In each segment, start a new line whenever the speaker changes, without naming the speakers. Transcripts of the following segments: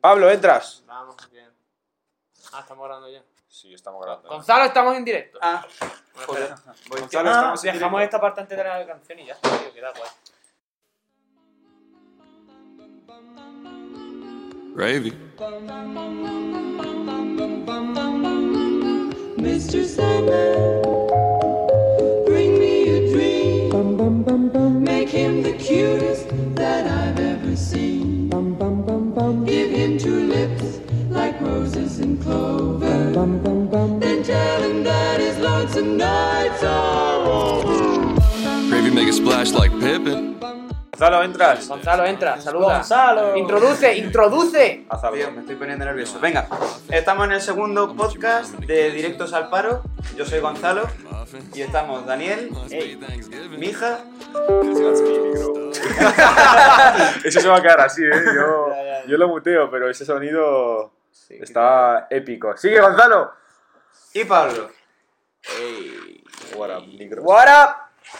Pablo, ¿entras?
Vamos, bien. Ah, estamos grabando ya.
Sí, estamos grabando.
Gonzalo, estamos en directo.
Ah,
Bueno,
joder.
espera.
Gonzalo,
Ah,
estamos en
dejamos
directo.
esta parte antes de la canción y ya está, tío, queda guay.
Gravy.
Mr. Sandman, bring me a dream. Make him the cutest that I've ever seen. Give him two lips like roses and clover. Then tell him that his lonesome nights are over.
Gravy make a splash like Pippin.
Gonzalo, ¿entras?
Gonzalo, entra, saluda.
Gonzalo.
Introduce, introduce.
Haz algo.
Tío, me estoy poniendo nervioso. Venga, estamos en el segundo podcast de Directos al Paro. Yo soy Gonzalo y estamos Daniel, Mija.
Eso se va a quedar así, ¿eh? Yo, yo lo muteo, pero ese sonido está épico. ¡Sigue, Gonzalo!
y Pablo.
What up, micro.
What up?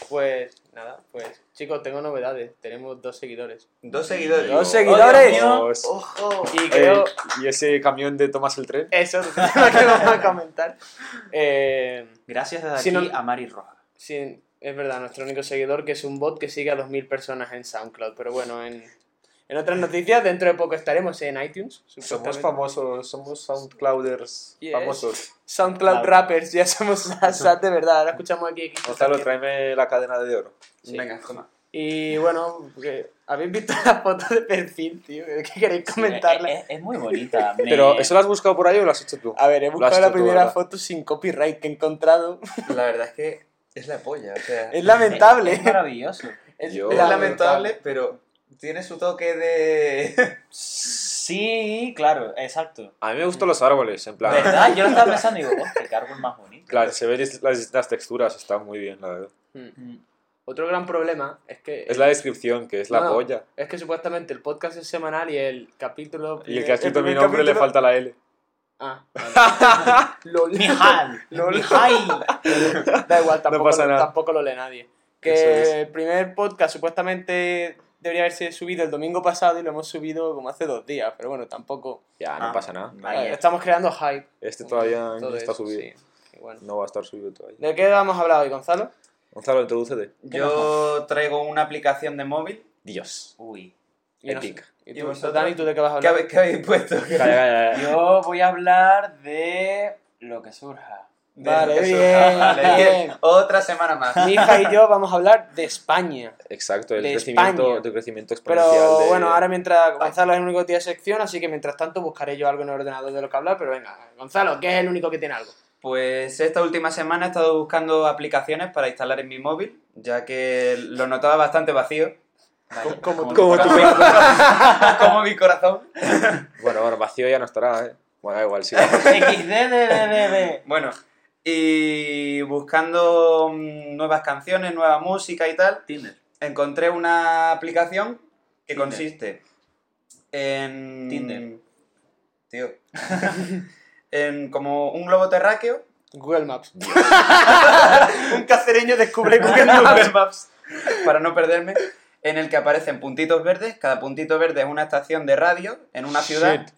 Pues nada, pues chicos, tengo novedades. Tenemos dos seguidores.
Dos seguidores.
Dos seguidores.
Dios.
¡Ojo!
Y creo.
Ey, eh, ¿Y ese camión de Tomás el Tren?
Eso es lo que vamos a comentar. Eh,
Gracias desde aquí
Si no-
a Mari Roja.
sí, es verdad, nuestro único seguidor que es un bot que sigue a 2.000 personas en SoundCloud. Pero bueno, en, en otras noticias, dentro de poco estaremos en iTunes.
Somos
supuestamente.
famosos, somos SoundClouders
Yes.
famosos.
SoundCloud
Claro.
rappers, ya somos sad de verdad. Ahora escuchamos aquí.
Gonzalo, tráeme la cadena de oro.
Sí. eh,
Venga, toma.
Y bueno, que- ¿habéis visto la foto de perfil, tío? ¿Qué queréis
eh,
comentarla?
Es, es- es muy bonita. me-
¿Pero eso lo has buscado por ahí o lo has hecho tú?
A ver, he
Lo has
buscado
hecho
la
tú,
primera
¿verdad?
foto sin copyright que he encontrado.
La verdad es que es la polla. O sea,
Es
es,
es-
lamentable.
Es maravilloso.
Es
Yo-
lamentable, pero tiene su toque de.
Sí, claro, exacto.
A mí me gustan los árboles, en plan.
¿Verdad? Yo lo estaba pensando y digo, hostia, qué árbol más bonito.
Claro, se ven las distintas texturas, está muy bien, la verdad.
Mm.
Otro gran problema es que
Es la descripción, que es la Ah.
No, no.
polla.
es que supuestamente el podcast es semanal y el capítulo...
Y el que ha Eh, escrito mi
primer
nombre le
capítulo-
falta la L.
Ah, vale. Lol.
Mijal.
Lol.
Mijal.
Ah,
Da igual, tampoco,
pasa
lo,
nada.
tampoco lo lee nadie.
Eso
Que el primer podcast supuestamente debería haberse subido el domingo pasado y lo hemos subido como hace dos días, pero bueno, tampoco.
Ya,
Ah.
no pasa nada.
Vaya.
Estamos creando hype.
Este todavía
Todo
no está
eso,
subido.
sí. Y bueno.
No va a estar subido todavía.
¿De qué vamos a hablar hoy, Gonzalo?
Gonzalo, introdúcete.
Yo traigo una aplicación de móvil.
Dios.
Uy.
Y nos-
Épica.
¿Y
¿Y
tú,
vosotros?
Dani, tú de qué vas a
¿Qué
hablar?
habéis, qué habéis puesto?
Calla, calla, calla.
Yo voy a hablar de lo que surja.
Vale,
Eso. ah,
bien,
Vale,
bien.
Otra semana más.
Mi hija y yo vamos a hablar de España.
Exacto, el
De
crecimiento,
España.
del crecimiento
Pero
exponencial. Pues de-
bueno, ahora mientras Gonzalo es el único que tiene sección, así que mientras tanto buscaré yo algo en el ordenador de lo que hablar, pero venga, Gonzalo, que es el único que tiene algo.
Pues esta última semana he estado buscando aplicaciones para instalar en mi móvil, ya que lo notaba bastante vacío,
Vaya,
Como-
como-
Como tu
como mi corazón.
Bueno, bueno, vacío ya no estará, ¿eh? Bueno, da igual, sí.
XD de, de, de, de.
Bueno, y buscando mm, nuevas canciones, nueva música y tal,
Tinder.
encontré una aplicación que
Tinder.
consiste en...
Tinder.
Tío. en como un globo terráqueo.
Google Maps. Un cacereño descubre Google Maps.
Google Maps, para no perderme, en el que aparecen puntitos verdes. Cada puntito verde es una estación de radio en una ciudad.
Shit.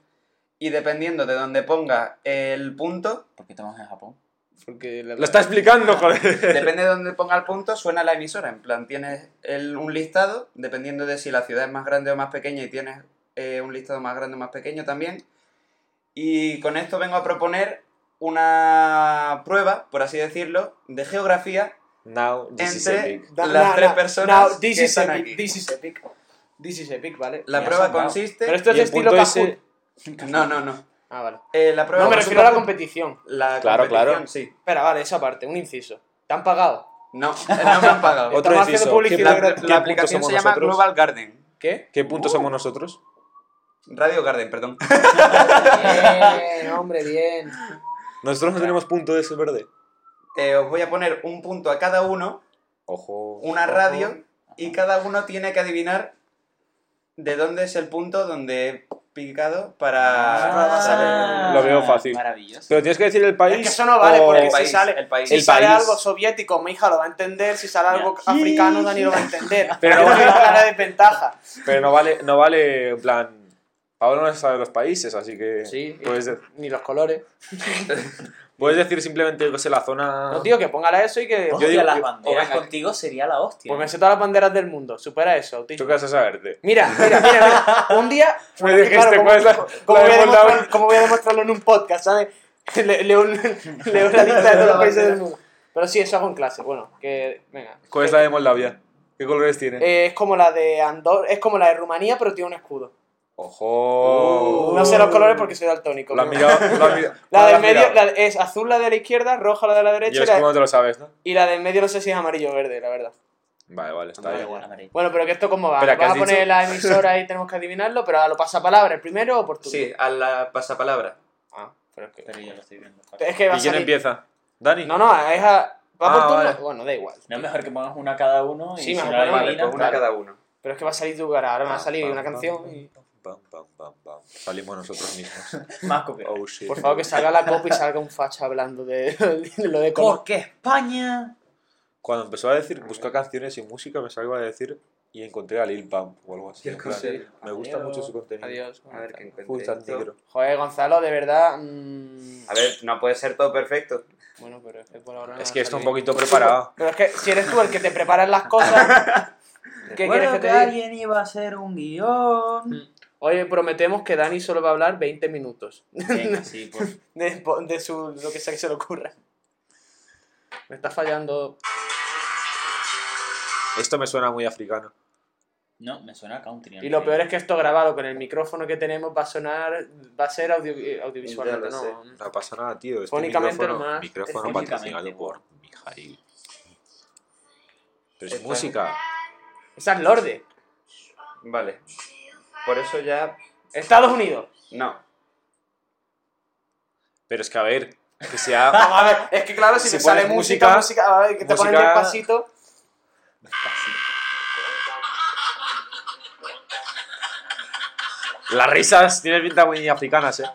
Y dependiendo de donde ponga el punto,
¿Por qué estamos en Japón?
Porque la-
Lo está explicando, joder.
depende de donde ponga el punto, suena la emisora. En plan, tienes el- un listado, dependiendo de si la ciudad es más grande o más pequeña, y tienes eh, un listado más grande o más pequeño también. Y con esto vengo a proponer una prueba, por así decirlo, de geografía
Now, this is
Entre-
epic.
Da-
las
no,
tres
no,
personas
no, this
que
is
están
epic,
aquí.
This is epic. This is epic, ¿vale?
La
Me ha
prueba
asombrado.
consiste.
Pero esto es
Y el
estilo
punto
Kahoot.
ese-
No, no, no.
Ah, vale.
Eh, la prueba
No, me
consiste-
refiero a la competición.
La
Claro,
competición,
claro.
sí.
Espera, vale, esa parte, un inciso. ¿Te han pagado?
No, eh, no me han pagado.
Otro
Estamos haciendo
inciso. ¿Qué,
publicidad
pu-
gratis.
La
qué punto
aplicación
somos
se llama
nosotros?
Global Garden.
¿Qué?
¿Qué punto somos nosotros?
Radio Garden, perdón.
Bien, hombre, bien.
Nosotros no tenemos punto de ese verde.
Eh, os voy a poner un punto a cada uno,
Ojo.
una
ojo.
radio, y cada uno tiene que adivinar de dónde es el punto donde he picado para
Ah,
saber.
Lo veo fácil.
Maravilloso.
Pero tienes que decir el país.
Es que eso no vale,
o-
porque
el
si
país,
sale,
el país.
si
El
sale
país.
algo soviético, mi hija lo va a entender. Si sale algo
Ya.
africano, Dani lo va a entender.
Pero-
Pero no tiene una clara desventaja.
Pero no vale, no vale, en plan, Ahora no se sabe los países, así que
Sí, y-
puedes, de-
ni los colores.
puedes decir simplemente, yo que sé, la zona...
No, tío, que póngala eso y que.
Hostia,
digo-
las
yo-
banderas
venga.
contigo sería la hostia.
Pues me sé todas las banderas del mundo. Supera eso,
¿Tú
autismo.
qué vas a saberte?
Mira, mira, mira, mira. Un día.
Me dijiste,
Claro,
¿cuál es la,
¿Cómo voy,
la
a
de Moldavia?
demostrar- cómo voy a demostrarlo en un podcast, ¿sabes? Le- Leo, un- leo la lista de todos los países del mundo. Pero sí, eso hago en clase. Bueno, que. Venga.
¿Cuál es la de Moldavia? ¿Qué colores tiene?
Eh, es como la de Andorra, es como la de Rumanía, pero tiene un escudo.
¡Ojo!
No sé los colores porque soy daltónico.
Lo has
pero-
mirado, lo has mirado.
La
lo
del
has
medio
mirado.
la- es azul la de la izquierda, roja la de la
Y
derecha
el
y la-
escudo no te lo sabes, ¿no?
y la del medio no sé si es amarillo o verde, la verdad.
Vale, vale, está
Vale,
bien.
bueno, amarillo.
Bueno, pero que esto cómo va.
Espera, ¿qué
Vas a
has
poner
dicho?
la emisora y tenemos que adivinarlo, pero a lo pasapalabra, ¿el primero o por tu?
Sí, a la pasapalabra.
Ah, pero es que.
Pero yo lo estoy viendo.
Es que va
¿Y
a
quién
salir.
empieza? ¿Dani?
No, no, es a. ¿Va por
Ah,
turno?
vale.
Bueno, da igual.
No es mejor que pongas una a cada uno y
Sí,
si
mejor
no la
ponemos-
Vale,
adivinas,
pues una
tal.
cada uno.
Pero es que va a salir tu cara. Ahora me va a salir
Pam,
una
pam,
canción.
pam,
y-
pam, pam, pam, pam. Salimos nosotros mismos.
más copia.
Oh, shit.
Por favor, que salga la copa y salga un facha hablando de, de lo de color.
Porque España.
Cuando empezó a decir, busca canciones y música, me salgo a decir y encontré a Lil Pump o algo así. en plan,
conseguí.
Me gusta
Adiós.
mucho su contenido.
Adiós.
A ver qué
Uy,
encuentro.
está negro.
Joder, Gonzalo, de verdad. mm,
A ver, no puede ser todo perfecto.
Bueno, pero es que por ahora. no
Es
va
que
a
está un
salir.
poquito preparado.
Pero es que si eres tú el que te preparas las cosas, ¿qué quieres que te diga?
iba a hacer un guión.
Oye, prometemos que Dani solo va a hablar 20 minutos
Venga, sí, pues.
de, de su, lo que sea que se le ocurra. Me está fallando.
Esto me suena muy africano.
No, me suena a country.
Y lo peor es que esto grabado con el micrófono que tenemos va a sonar, va a ser audio, eh, audiovisualmente,
Ya
¿no?
lo
No pasa nada, tío. Este
Fónicamente
micrófono,
nomás.
micrófono
Fónicamente,
patrocinado
guau.
por Mijail. Pero es música.
Esa es Lorde.
Vale. Por eso ya.
Estados Unidos.
No.
Pero es que a ver, que sea.
A ver, es que claro, si,
Si
te sale
pones
música,
música-
música, a ver, que te ponen
música-
despacito.
Las risas tienen pinta muy africanas, eh.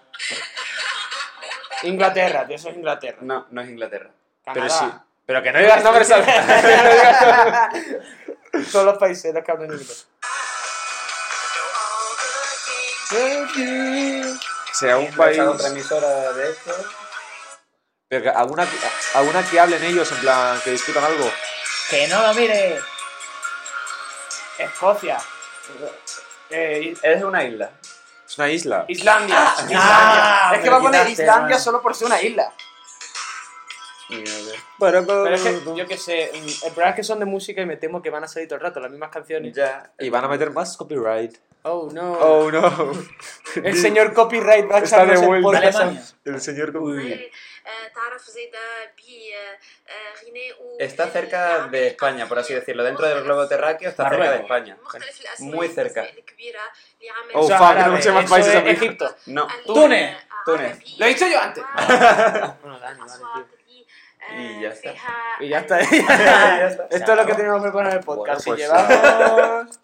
Inglaterra, tío, eso es Inglaterra.
No, no es Inglaterra.
Pero sí.
Canadá.
Pero que no digas nombres al. no digas nombres.
Son los países los que hablan inglés.
Sea un
País.
país.
otra emisora de esto.
Pero que alguna, alguna que hablen ellos, en plan, que discutan algo.
¡Que no lo mire!
Escocia. Eh,
Es una isla.
Es una isla.
Islandia.
Ah,
es que
me
va a poner
quitaste,
Islandia
hermano.
solo por ser una isla. Pero es que, yo que sé, mm, el problema es que son de música y me temo que van a salir todo el rato las mismas canciones.
Ya.
Y van a meter más copyright.
Oh, no.
Oh no.
el señor copyright va a
Está
echarnos
de
el
vuelta.
podcast.
Alemania.
El señor copyright.
Está cerca de España, por así decirlo. Dentro del globo terráqueo está cerca de España. Muy cerca.
Oh,
O sea,
fuck,
árabe,
no me sé más
eso
países
es
africanos.
Egipto.
No.
Túnez.
Túnez.
Lo he dicho yo antes. Bueno, Dani, vale, tío.
Y ya está.
Y ya está.
Ya está.
Esto es lo que tenemos que poner en el podcast.
Bueno,
y
pues,
llevamos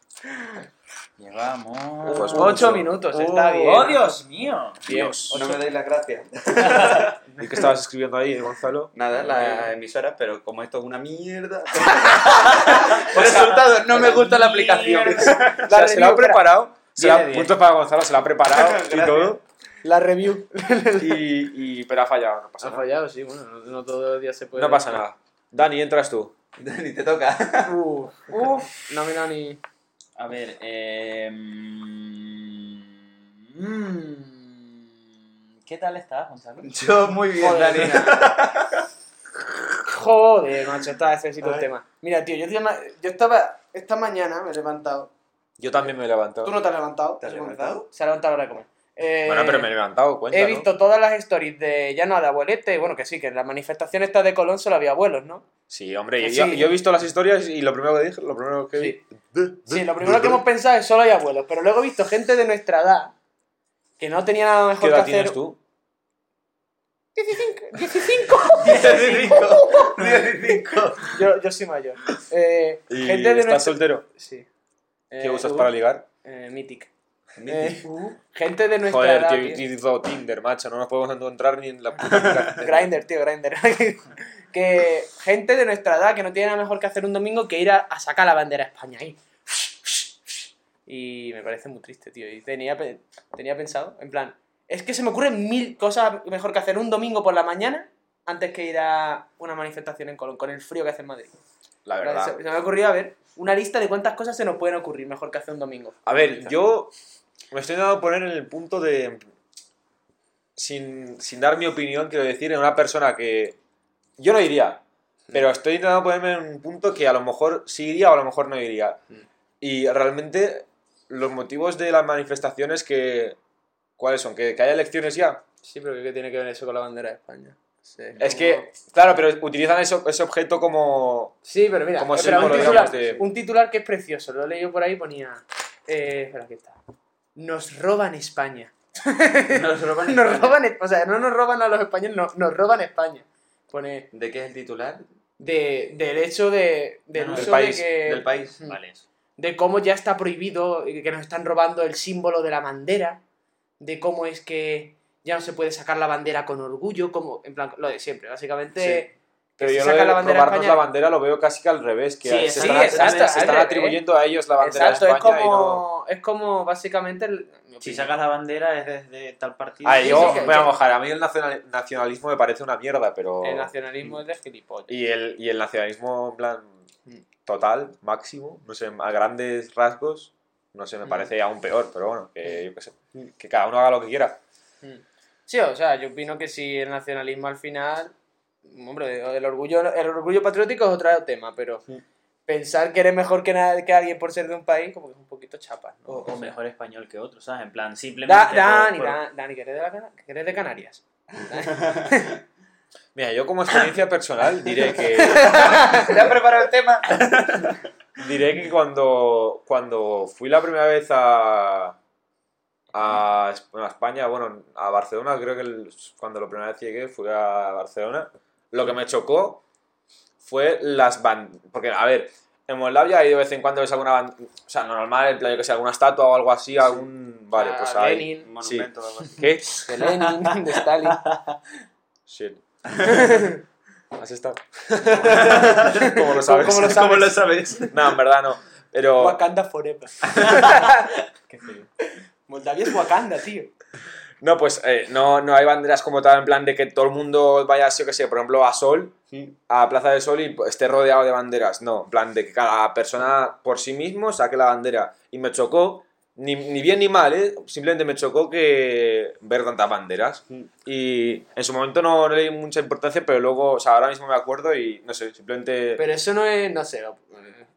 Llevamos.
Pues mucho.
8 minutos, está bien.
¡Oh, Dios mío!
Dios.
No me dais las gracias.
¿Y qué estabas escribiendo ahí, Gonzalo?
Nada, la emisora, pero como esto es una mierda. Resultado, no me gusta la aplicación.
O sea, se lo ha
review,
preparado. Se la,
Viene bien.
puntos para Gonzalo, se la ha preparado y
Gracias.
todo.
La review.
Y, y- pero ha fallado, no pasa
Ha
nada.
fallado, sí, bueno, no, no todos los días se puede.
No pasa nada. Dani, entras tú.
Ni te toca.
Uf, uf. No, mira, ni.
A ver, eh. mm, mm, ¿Qué tal estás, Gonzalo?
Yo muy bien,
Joder,
Dani.
mira. Joder, macho, está necesito un tema. Mira, tío, yo, te llama- yo estaba. Esta mañana me he levantado.
Yo también me he
Tú
levantado.
no te has levantado.
¿Te has
¿sí,
levantado?
Gonzalo? Se ha levantado ahora a comer. Eh,
Bueno, pero me he levantado, cuenta.
He
¿no?
visto todas las stories de ya no de abuelete, y bueno, que sí, que en la manifestación esta de Colón solo había abuelos, ¿no?
Sí, hombre,
Sí.
yo, yo he visto las historias y lo primero que dije, lo primero que
Sí.
vi-
Sí, lo primero que hemos pensado es solo hay abuelos, pero luego he visto gente de nuestra edad que no tenía nada
¿Qué
mejor que
edad
hacer.
tienes tú?
15, 15.
15. 15.
Yo, yo soy mayor. Eh,
¿Y
gente de
estás
nuestra...
soltero?
Sí.
¿Qué
Eh,
usas
uh,
para ligar?
Eh, Mythic. Eh, gente de nuestra
Joder,
edad.
tío, yo he
tío.
utilizado Tinder, macho. No nos podemos encontrar ni en la puta aplicación.
Grindr, tío, Grindr. que gente de nuestra edad que no tiene nada mejor que hacer un domingo que ir a, a sacar la bandera a España ahí. Y me parece muy triste, tío. Y tenía, pe- tenía pensado, en plan, es que se me ocurren mil cosas mejor que hacer un domingo por la mañana antes que ir a una manifestación en Colón, con el frío que hace en Madrid.
La
En plan,
verdad.
Se, se me ha ocurrido, a ver, una lista de cuántas cosas se nos pueden ocurrir mejor que hacer un domingo.
A ver, yo me estoy dando a poner en el punto de. Sin, sin dar mi opinión, quiero decir, en una persona que. Yo no iría,
Mm.
pero estoy intentando ponerme en un punto que a lo mejor sí iría o a lo mejor no iría.
Mm.
Y realmente, los motivos de las manifestaciones que. ¿Cuáles son? ¿Que, que haya elecciones ya?
Sí, pero ¿qué tiene que ver eso con la bandera de España?
Es que, claro, pero utilizan ese, ese objeto como.
Sí, pero mira,
Como
espera, un,
símbolo,
titular,
digamos, de-
un titular que es precioso, lo leí yo por ahí ponía... Eh, espera, aquí está. Nos roban España.
Nos roban el
Nos
pan.
roban, o sea, no nos roban a los españoles, no, nos roban España. Pone
¿De qué es el titular?
de, del hecho de, del
No,
uso
del país,
de que...
Del país.
Mm.
Vale, eso.
de cómo ya está prohibido, eh, que nos están robando el símbolo de la bandera, de cómo es que ya no se puede sacar la bandera con orgullo, como en plan lo de siempre, básicamente.
Pero
si
yo lo
sacan
de
la bandera
robarnos
España-
la bandera lo veo casi que al revés, que
Sí,
se,
sí,
están, se
exacto,
están- se
al
están
revés.
atribuyendo a ellos la bandera
Exacto,
de
es
España y no-
como, es como básicamente. el- mi
Si
opinión.
sacas la bandera es desde tal partido.
Ah, yo
sí, que-
me voy a
que-
mojar. A mí el nacional- nacionalismo me parece una mierda, pero.
El nacionalismo es de gilipollas.
Y el, y el nacionalismo, en plan,
Mm.
total, máximo, no sé, a grandes rasgos, no sé, me
Mm.
parece aún peor, pero bueno, que yo qué sé. Que cada uno haga lo que quiera.
Sí, o sea, yo opino que si el nacionalismo al final. Hombre, lo del orgullo, el orgullo patriótico es otro tema, pero
Sí.
pensar que eres mejor que, na- que alguien por ser de un país, como que es un poquito chapa. ¿no?
O, o mejor español que otro, ¿sabes? En plan, simplemente.
Da,
por-
Dani,
por-
Dan- Dani, que eres de, la Cana- que eres de Canarias.
Mira, yo como experiencia personal diré que.
¿Te has preparado el tema?
Diré que cuando, cuando fui la primera vez a, a, Es- bueno, a España, bueno, a Barcelona, creo que el- cuando la primera vez llegué fui a Barcelona, lo que me chocó fue las bandas. Porque, a ver, en Moldavia ahí de vez en cuando ves alguna band- O sea, lo normal, en plan, yo que sé, alguna estatua o algo así, algún. Vale,
Ah,
A
pues ahí.
Ah, Lenin,
Monumento o algo así.
¿Qué?
de Lenin, de Stalin.
Shit. ¿Has estado? ¿Cómo lo sabes?
¿Cómo lo sabes?
¿Cómo lo sabes? No, en verdad no. Pero.
Wakanda forever. Moldavia es Wakanda, tío.
No, pues eh, no, no hay banderas como tal, en plan de que todo el mundo vaya, yo que sé, por ejemplo, a Sol, a Plaza de Sol y pues, esté rodeado de banderas. No, en plan de que cada persona por sí mismo saque la bandera. Y me chocó, ni, ni bien ni mal, ¿eh? simplemente me chocó que ver tantas banderas. Y en su momento no, no le di mucha importancia, pero luego, o sea, ahora mismo me acuerdo y no sé, simplemente...
Pero eso no es, no sé,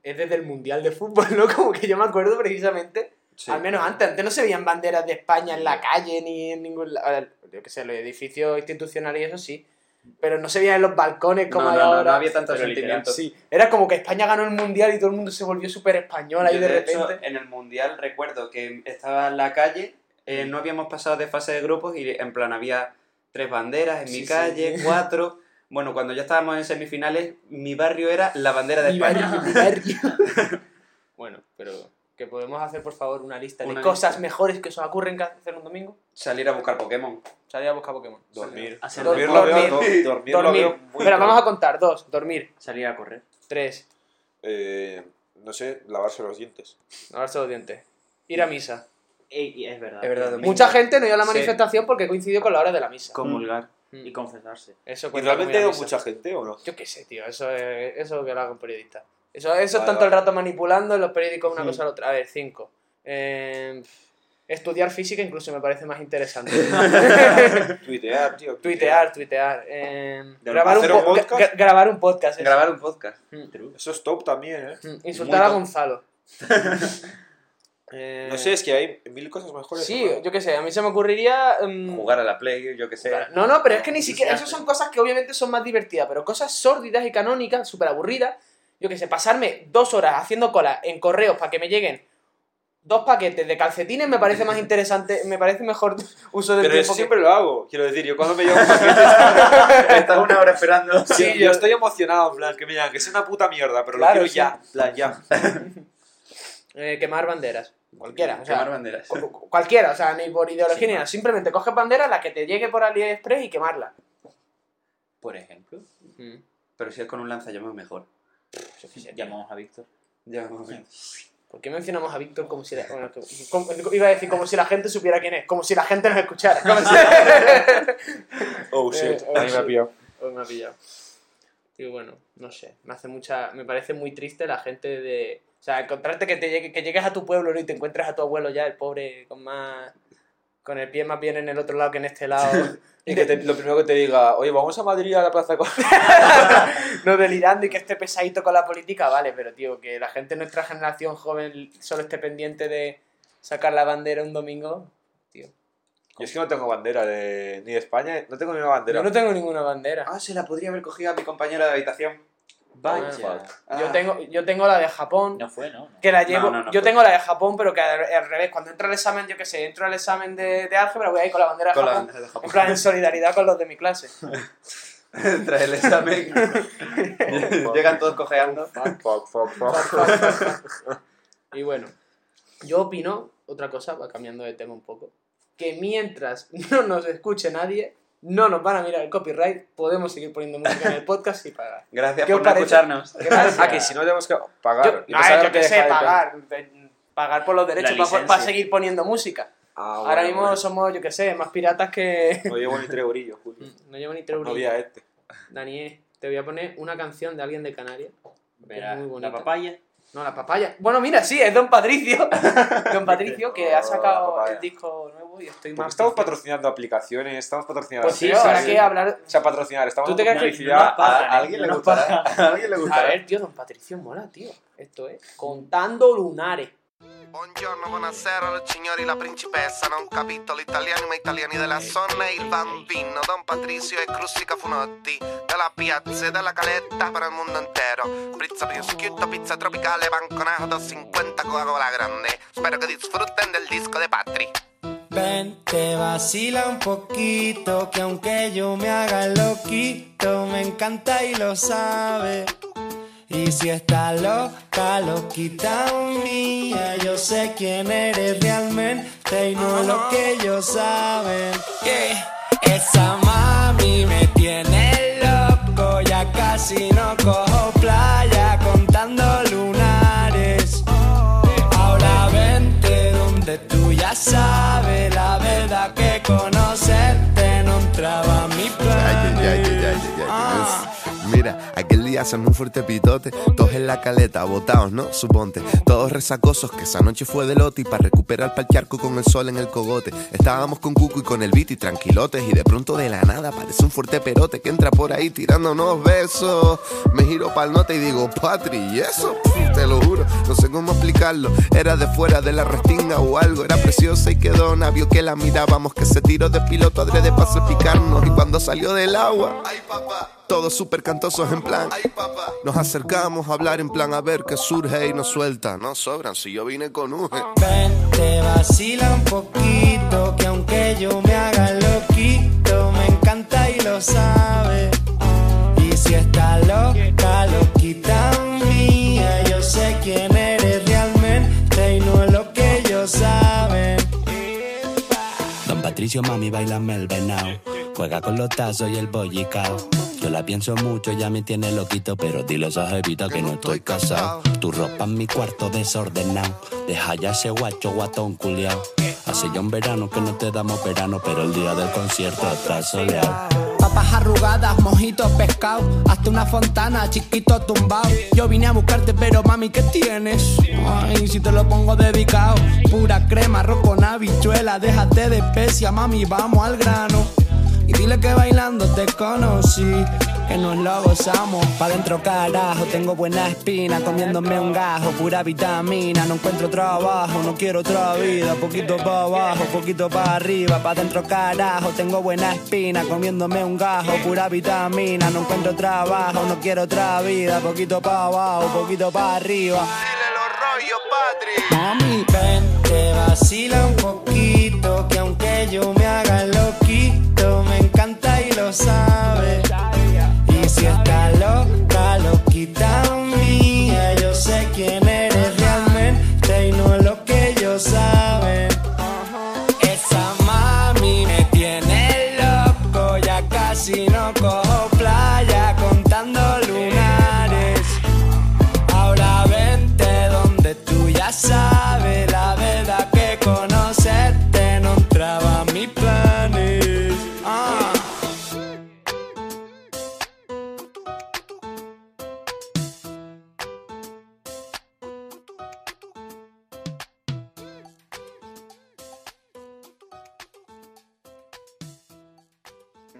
es desde el Mundial de Fútbol, ¿no? Como que yo me acuerdo precisamente,
Sí.
al menos antes, antes no se veían banderas de España en la calle ni en ningún lado. Ahora, Yo qué sé, los edificios institucionales y eso sí. Pero no se veían en los balcones como
No,
hay
no,
ahora.
no, no había tanto
Pero literal,
sentimiento.
Sí, era como que España ganó el mundial y todo el mundo se volvió súper español ahí
Yo,
de,
de
repente.
hecho, en el mundial recuerdo que estaba en la calle, eh, no habíamos pasado de fase de grupos y en plan había tres banderas en mi calle, cuatro. Bueno, cuando ya estábamos en semifinales, mi barrio era la bandera de
Mi
España.
barrio, mi barrio. bueno, pero que podemos hacer por favor una lista
Una
de cosas mejores que se os ocurren que hacer un domingo.
Salir a buscar Pokémon.
Salir a buscar Pokémon.
Dormir.
Hacer
Dormir lo
deporte,
veo, do- dormir lo
dormir.
veo muy
Espera,
pro.
vamos a contar. Dos, dormir.
Salir a correr.
Tres,
Eh, no sé, lavarse los dientes.
lavarse los dientes. Ir a misa.
Ey, y es verdad.
Es verdad, domingo.
Mucha gente no iba a la
Sí.
manifestación porque coincidió con la hora de la misa.
Comulgar
Mm.
y confesarse.
Eso
¿Y
cuenta como
realmente
ir a
ha ido
misa.
mucha gente o no?
Yo qué sé, tío, eso es, eso es que lo haga un periodista. Eso, eso es
Vale,
tanto el
vale.
rato manipulando en los periódicos una
Ujú.
cosa a la otra. A ver, cinco. Eh, estudiar física incluso me parece más interesante.
Tuitear, tío.
tuitear, tuitear. eh,
De-
grabar, un
hacer un
po-
podcast.
gra- grabar un podcast. eso.
Grabar un podcast.
Eso es top también, ¿eh?
Mm, Insultar a
Muy top.
Gonzalo. Eh,
No sé, es que hay mil cosas mejores.
Sí,
hermano.
yo qué sé, a mí se me ocurriría... mm,
Jugar a la Play, yo qué sé.
No, no, pero es que ni siquiera. Esas son cosas que obviamente son más divertidas, pero cosas sórdidas y canónicas, súper aburridas. Yo qué sé, pasarme dos horas haciendo cola en correos para que me lleguen dos paquetes de calcetines me parece más interesante, me parece mejor uso del
pero
tiempo.
eso
que-
siempre lo hago. Quiero decir, yo cuando me llevo un paquete,
Estás una hora esperando.
sí, yo, estoy emocionado, en plan, que me digan que es una puta mierda, pero
Claro,
lo quiero
sí.
ya, en plan, ya.
Eh, quemar banderas. Cualquiera, o sea,
Quemar banderas.
cu- cu- cualquiera, o sea, ni por ideología
Sí,
ni
no.
nada. Simplemente coges bandera, la que te llegue por AliExpress y quemarla.
Por ejemplo,
Pero si es con un lanzallamas, mejor.
llamamos a Víctor.
Ya, un momento.
¿Por qué mencionamos a Víctor como si la, bueno, que- como- iba a decir como si la gente supiera quién es, como si la gente nos escuchara.
Oh, shit.
Eh, oh,
A mí me ha
shit.
pillado.
Hoy me ha pillado. Digo, bueno, no sé. Me hace mucha. Me parece muy triste la gente de. O sea, encontrarte que te llegue- que llegues a tu pueblo ¿no? y te encuentras a tu abuelo ya, el pobre, con más. Con el pie más bien en el otro lado que en este lado.
Y que te- lo primero que te diga, oye, vamos a Madrid a la plaza. con-".
no delirando y que esté pesadito con la política, vale, pero tío, que la gente de nuestra generación joven solo esté pendiente de sacar la bandera un domingo.
Yo es que no tengo bandera de, ni de España, no tengo ni una bandera.
Yo no tengo ninguna bandera.
Ah, se la podría haber cogido a mi compañera de habitación.
Vaya.
Yo
Ah.
tengo, yo tengo la de Japón.
No fue, ¿no? no.
Que la llevo.
No, no, no
yo
puede.
tengo la de Japón, pero que al, al revés, cuando entra el examen, yo qué sé, entro al examen de, de álgebra, voy ahí con la bandera
Con
de
la
Japón.
bandera de
En
Japón.
plan, en solidaridad con los de mi clase.
Tras el examen. Llegan todos cojeando.
Ah, Fuck, fuck, fuck.
y bueno, yo opino, otra cosa, va cambiando de tema un poco, que mientras no nos escuche nadie, no nos van a mirar el copyright, podemos seguir poniendo música en el podcast y pagar.
Gracias
¿Qué
por
os
no
parece?
escucharnos.
Gracias.
Ah, que si no tenemos que
yo,
pagar. Y
no,
pensaba
yo
que
qué sé,
dejaba de-
pagar. de- Pagar por los derechos para,
licencia.
seguir poniendo música.
Ah,
Ahora
bueno,
mismo
bueno.
somos, yo qué sé, más piratas que...
No llevo ni tres orillos, Julio.
No llevo ni tres
No
euros.
había este.
Daniel, te voy a poner una canción de alguien de Canarias. que
Verá,
es muy bonita.
la papaya.
No, la papaya. Bueno, mira, sí, es Don Patricio. Don Patricio que ha
Oh, la
sacado
papaya.
el disco nuevo y estoy
Porque
más.
estamos patrocinando aplicaciones, estamos patrocinando.
Pues sí,
artistas,
habrá que hablar.
O sea, patrocinar, estamos
¿Tú te
dando
crees que-
publicidad
no nos pagan,
a- a
¿eh?
alguien le
No nos
gustará.
pagan.
A alguien le
A
gustará.
ver, tío, Don Patricio mola, tío. Esto es Contando Lunares.
Buongiorno, buonasera, signori, la principessa, non capito l'italiano, ma italiani della zona e il bambino, Don Patrizio e Crustica Funotti, dalla piazza e dalla caletta per il mondo intero, pizza prosciutto, pizza tropicale, banconato, 50 Coca-Cola grande, spero che disfrutten del disco de Patri.
Ven, te vacila un poquito, que aunque yo me haga loquito, me encanta y lo sabe. Y si está loca, loquita mía, yo sé quién eres realmente y no lo que ellos saben. Yeah. Esa mami me tiene loco, ya casi no cojo playa contando lunares. Ahora vente donde tú ya sabes la verdad que conocerte no entraba mi
Ay, ay, ay,
plan.
ay, ay, ay, ay. Mira, aquel día hacen un fuerte pitote, todos en la caleta, botados, ¿no? Suponte, todos resacosos, que esa noche fue de lote y para recuperar pa'l charco con el sol en el cogote. Estábamos con Cucu y con el Viti tranquilotes y de pronto de la nada aparece un fuerte perote que entra por ahí tirando unos besos. Me giro pa'l nota y digo, Patri, ¿y eso? Pff, Te lo juro, no sé cómo explicarlo. Era de fuera de la restinga o algo, era preciosa y quedó navio que la mirábamos, que se tiró de piloto adrede para salpicarnos y cuando salió del agua. Todos súper cantosos en plan. Nos acercamos a hablar en plan a ver qué surge y nos suelta. No sobran, si yo vine con un
Ven, te vacila un poquito, que aunque yo me haga loquito, me encanta y lo sabe. Y si está loca, loquita mía, yo sé quién eres realmente y no es lo que ellos saben. Don Patricio, mami, bailame el venao. Juega con los tazos y el bollicao. Yo la pienso mucho, ya me tiene loquito, pero dile a esa jevita que no estoy casado. Tu ropa en mi cuarto desordenado. Deja ya ese guacho guatón culiao. Hace ya un verano que no te damos verano, pero el día del concierto está soleado. Papas arrugadas, mojitos pescado. Hasta una fontana, chiquito tumbao. Yo vine a buscarte, pero mami, ¿qué tienes? Ay, si te lo pongo dedicado. Pura crema, arroz con habichuela. Déjate de especia, mami, vamos al grano. Y dile que bailando te conocí. Que nos lo gozamos. Pa' dentro carajo, tengo buena espina. Comiéndome un gajo, pura vitamina. No encuentro trabajo, no quiero otra vida. Poquito pa' abajo, poquito pa' arriba. Pa' dentro carajo, tengo buena espina. Comiéndome un gajo, pura vitamina. No encuentro trabajo, no quiero otra vida. Poquito pa' abajo, poquito pa' arriba.
Dile los rollos, Patri.
Mami, ven, te vacila un poquito, que aunque yo me haga loquito, me encanta y lo sabe. Y si está loca, loquita mía, yo sé quién eres realmente y no es lo que ellos saben. Esa mami me tiene loco, ya casi no cojo playa contando lunares. Ahora vente donde tú ya sabes. ah.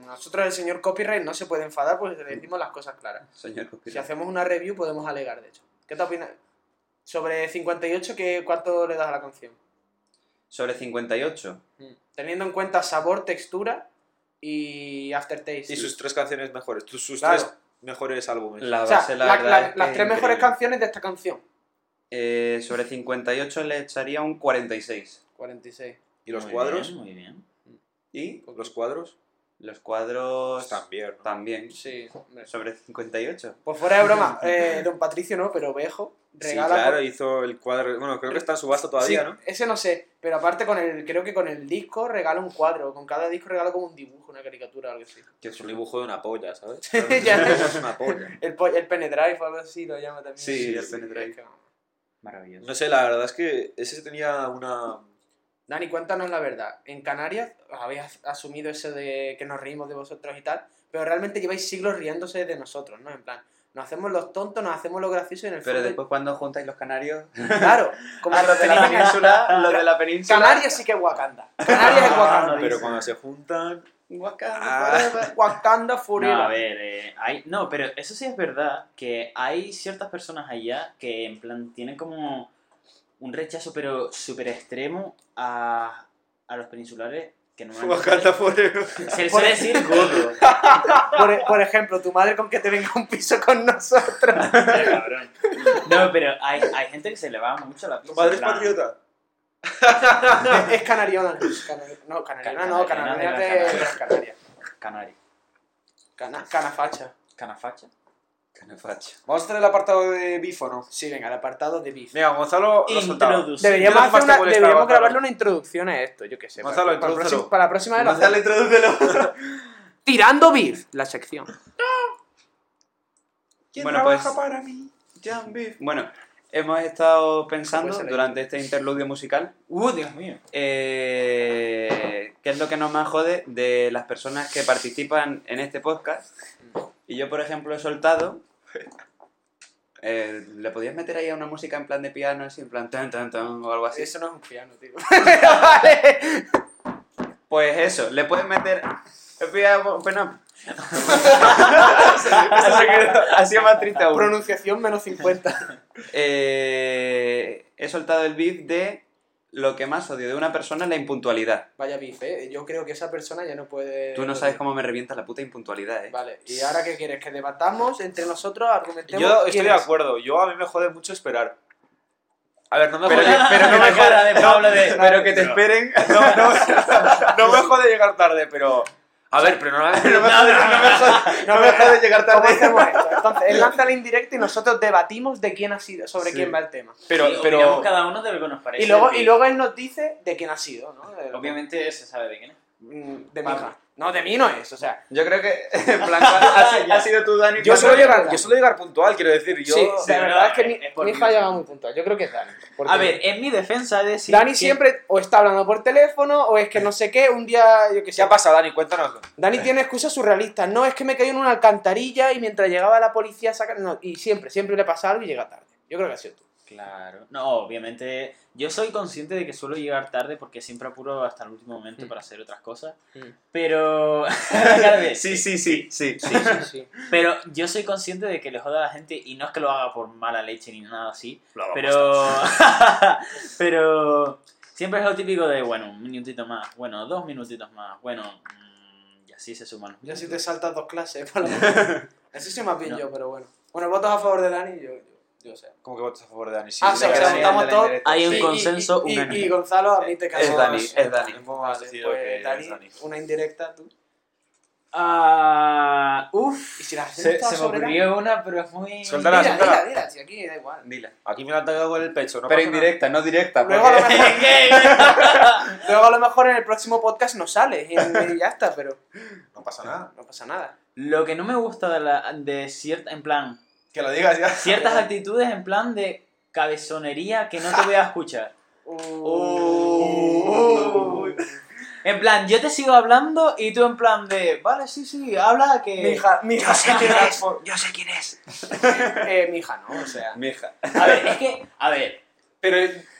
nosotros el señor copyright no se puede enfadar porque le decimos las cosas claras.
Señor copyright.
Si hacemos una review podemos alegar, de hecho. ¿Qué te opinas? Sobre 58, ¿qué, ¿cuánto le das a la canción?
Sobre 58.
Mm. Teniendo en cuenta sabor, textura y aftertaste.
Y sus tres canciones mejores, tus- sus
Claro.
tres mejores álbumes.
La
O sea,
base, la
la-
verdad,
la-
es
las tres
que es
mejores
increíble.
canciones de esta canción.
Eh, sobre 58 le echaría un 46.
46.
¿Y los
Muy
cuadros?
bien, muy bien.
Y
¿Los cuadros?
los cuadros
Pues también, ¿no?
también.
Sí, hombre.
Sobre 58.
Pues fuera de broma, eh, don Patricio no, pero Bejo regala.
sí, claro,
por-
hizo el cuadro. Bueno, creo que está en subasta todavía,
Sí,
¿no?
Ese no sé, pero aparte con el, creo que con el disco regala un cuadro, con cada disco regala como un dibujo, una caricatura o algo así.
Que es un dibujo de una polla, ¿sabes?
ya.
Es una polla.
El, po- el Penedrive o algo así lo llama también.
Sí, el
Penedrive.
es que vamos.
Maravilloso.
No sé, la verdad es que ese tenía una.
Dani, cuéntanos la verdad. En Canarias habéis as- asumido eso de que nos reímos de vosotros y tal, pero realmente lleváis siglos riéndose de nosotros, ¿no? En plan, nos hacemos los tontos, nos hacemos los graciosos y en el
Pero
fondo-
después cuando juntáis los canarios...
Claro, como
Ah, los de la península. Los de la península.
Canarias sí que es Wakanda. Canarias
Ah,
es Wakanda.
Pero cuando se juntan.
Wakanda, Wakanda
No,
Forever.
a ver, eh, hay, no, pero eso sí es verdad que hay ciertas personas allá que en plan tienen como un rechazo pero súper extremo a, a los peninsulares que no
Wakanda Forever.
se les suele decir gordo.
Por, e, por ejemplo, tu madre con que te venga a un piso con nosotros.
Cabrón. No, pero hay, hay gente que se le va mucho la
¿Tu
pinza,
madre es
en plan,
patriota?
es canariona. es canari- No, canariona no,
Canariona de
canariona
las
de de las Canarias.
Canari.
Cana- Canafacha.
Canafacha.
Canefacha.
Vamos a tener el apartado de bifo, ¿no?
Sí, venga, el apartado de beef.
Venga, Gonzalo lo ha soltado.
Introducir.
Deberíamos,
Pues Yo no
hacer
más te
una-
molestaba,
deberíamos
Gonzalo.
grabarle una introducción a esto, yo qué sé.
Gonzalo,
para, para, el
introdúcelo.
próximo- para la próxima vez lo hacemos.
introdúcelo.
Tirando beef, la sección.
bueno, pues... para mí? Jan Beef. Bueno, hemos estado pensando
ser ahí.
durante este interludio musical
Uh, Dios mío.
eh, qué es lo que nos más jode de las personas que participan en este podcast. Y yo, por ejemplo, he soltado... eh, ¿Le podías meter ahí a una música en plan de piano, así, en plan tan tan tan o algo
Ah,
así?
Eso no es un piano, tío.
Pues eso, le puedes meter. Bueno, Hacía más triste aún.
Pronunciación menos 50.
Eh, he soltado el beat de lo que más odio de una persona es la impuntualidad.
Vaya beef, ¿eh? Yo creo que esa persona ya no
Eh,
puede...
Tú no sabes cómo me revienta la puta impuntualidad, eh.
Vale, ¿y ahora qué quieres? ¿Que debatamos entre nosotros? ¿Argumentemos?
Yo estoy
¿Quién
de
es?
acuerdo. Yo a mí me jode mucho esperar. A ver, no me
Pero,
jode.
pero no me
cara
jode,
de Pablo de-
pero que te esperen.
No, no, no me jode llegar tarde, pero. A ver, pero no me, no me jode, no me jode- no me jode llegar
¿Cómo
tarde.
hacemos esto? Entonces, él lanza la indirecta y nosotros debatimos de quién ha sido, sobre
Sí.
quién va el tema.
Pero,
Sí, opinamos
pero.
cada uno de lo que nos parece.
Y luego,
el
y
beef.
luego él nos dice de quién ha sido, ¿no? De-
Obviamente se sabe de quién es.
Mm, De mi hija. No, de mí no es, o sea...
Yo creo que en plan, ha, ha sido tú, Dani.
Yo
cuando-
suelo, llegar, yo suelo llegar puntual, quiero decir. Yo,
sí, la
no,
verdad es que
es-
mi,
es por
mi
mí.
hija ha llegado muy puntual. Yo creo que es Dani. porque-
A ver, en mi defensa he de decir.
Dani
que-
siempre o está hablando por teléfono o es que no sé qué, un día, yo qué
¿Qué
sé,
ha pasado, Dani? Cuéntanoslo.
Dani tiene excusas surrealistas. No, es que me caí en una alcantarilla y mientras llegaba la policía sacan. No, y siempre, siempre le pasa algo y llega tarde. Yo creo que ha sido tú.
Claro. No, obviamente. Yo soy consciente de que suelo llegar tarde porque siempre apuro hasta el último momento para hacer otras cosas.
Mm.
Pero. Claro que-
Sí, sí, sí, sí.
Sí, sí, sí.
Pero yo soy consciente de que le joda a la gente y no es que lo haga por mala leche ni nada así.
Lo hago
Pero. pero. Siempre es lo típico de, bueno, un minutito más, bueno, dos minutitos más, bueno. mm, Y así se suman. los
Yo si te
minutos.
saltas dos clases. para la- Eso sí más bien
No.
yo, pero bueno. Bueno, votos a favor de Dani, yo, yo, yo sé.
¿Cómo que votas a favor de Dani? Sí,
Ah, sí,
sí,
o sea,
Dani,
votamos
Dani,
todos.
Dani,
Hay
Y-
un
y-
concepto
y,
unánime.
y, Gonzalo admite que
Es
no-
Dani, es Dani.
Hemos
Vale,
decidido que
pues
es
Dani,
Dani.
una indirecta tú.
Ah, uf.
Y si la gente
Se,
estaba
se me
sobre Dani-
ocurrió una, pero es muy.
Suéltala,
Dila,
suéltala.
dila, dila, si aquí da igual.
Dila.
Aquí me lo han tocado con el pecho, ¿no?
Pero
pasa nada.
indirecta, no directa.
Luego a,
porque-
lo mejor, luego a lo mejor en el próximo podcast no sale y, y ya está, pero
No pasa nada.
no pasa nada.
Lo que no me gusta de, la, de cierta. En plan.
Que lo digas ya.
Ciertas actitudes en plan de cabezonería que no te voy a escuchar.
Uh.
En plan, yo te sigo hablando y tú en plan de. Vale, sí, sí, habla que.
Mi hija, mi hija,
Yo sé quién es.
eh, mi hija no, o sea.
Mija.
A ver, es que. A ver.
Pero.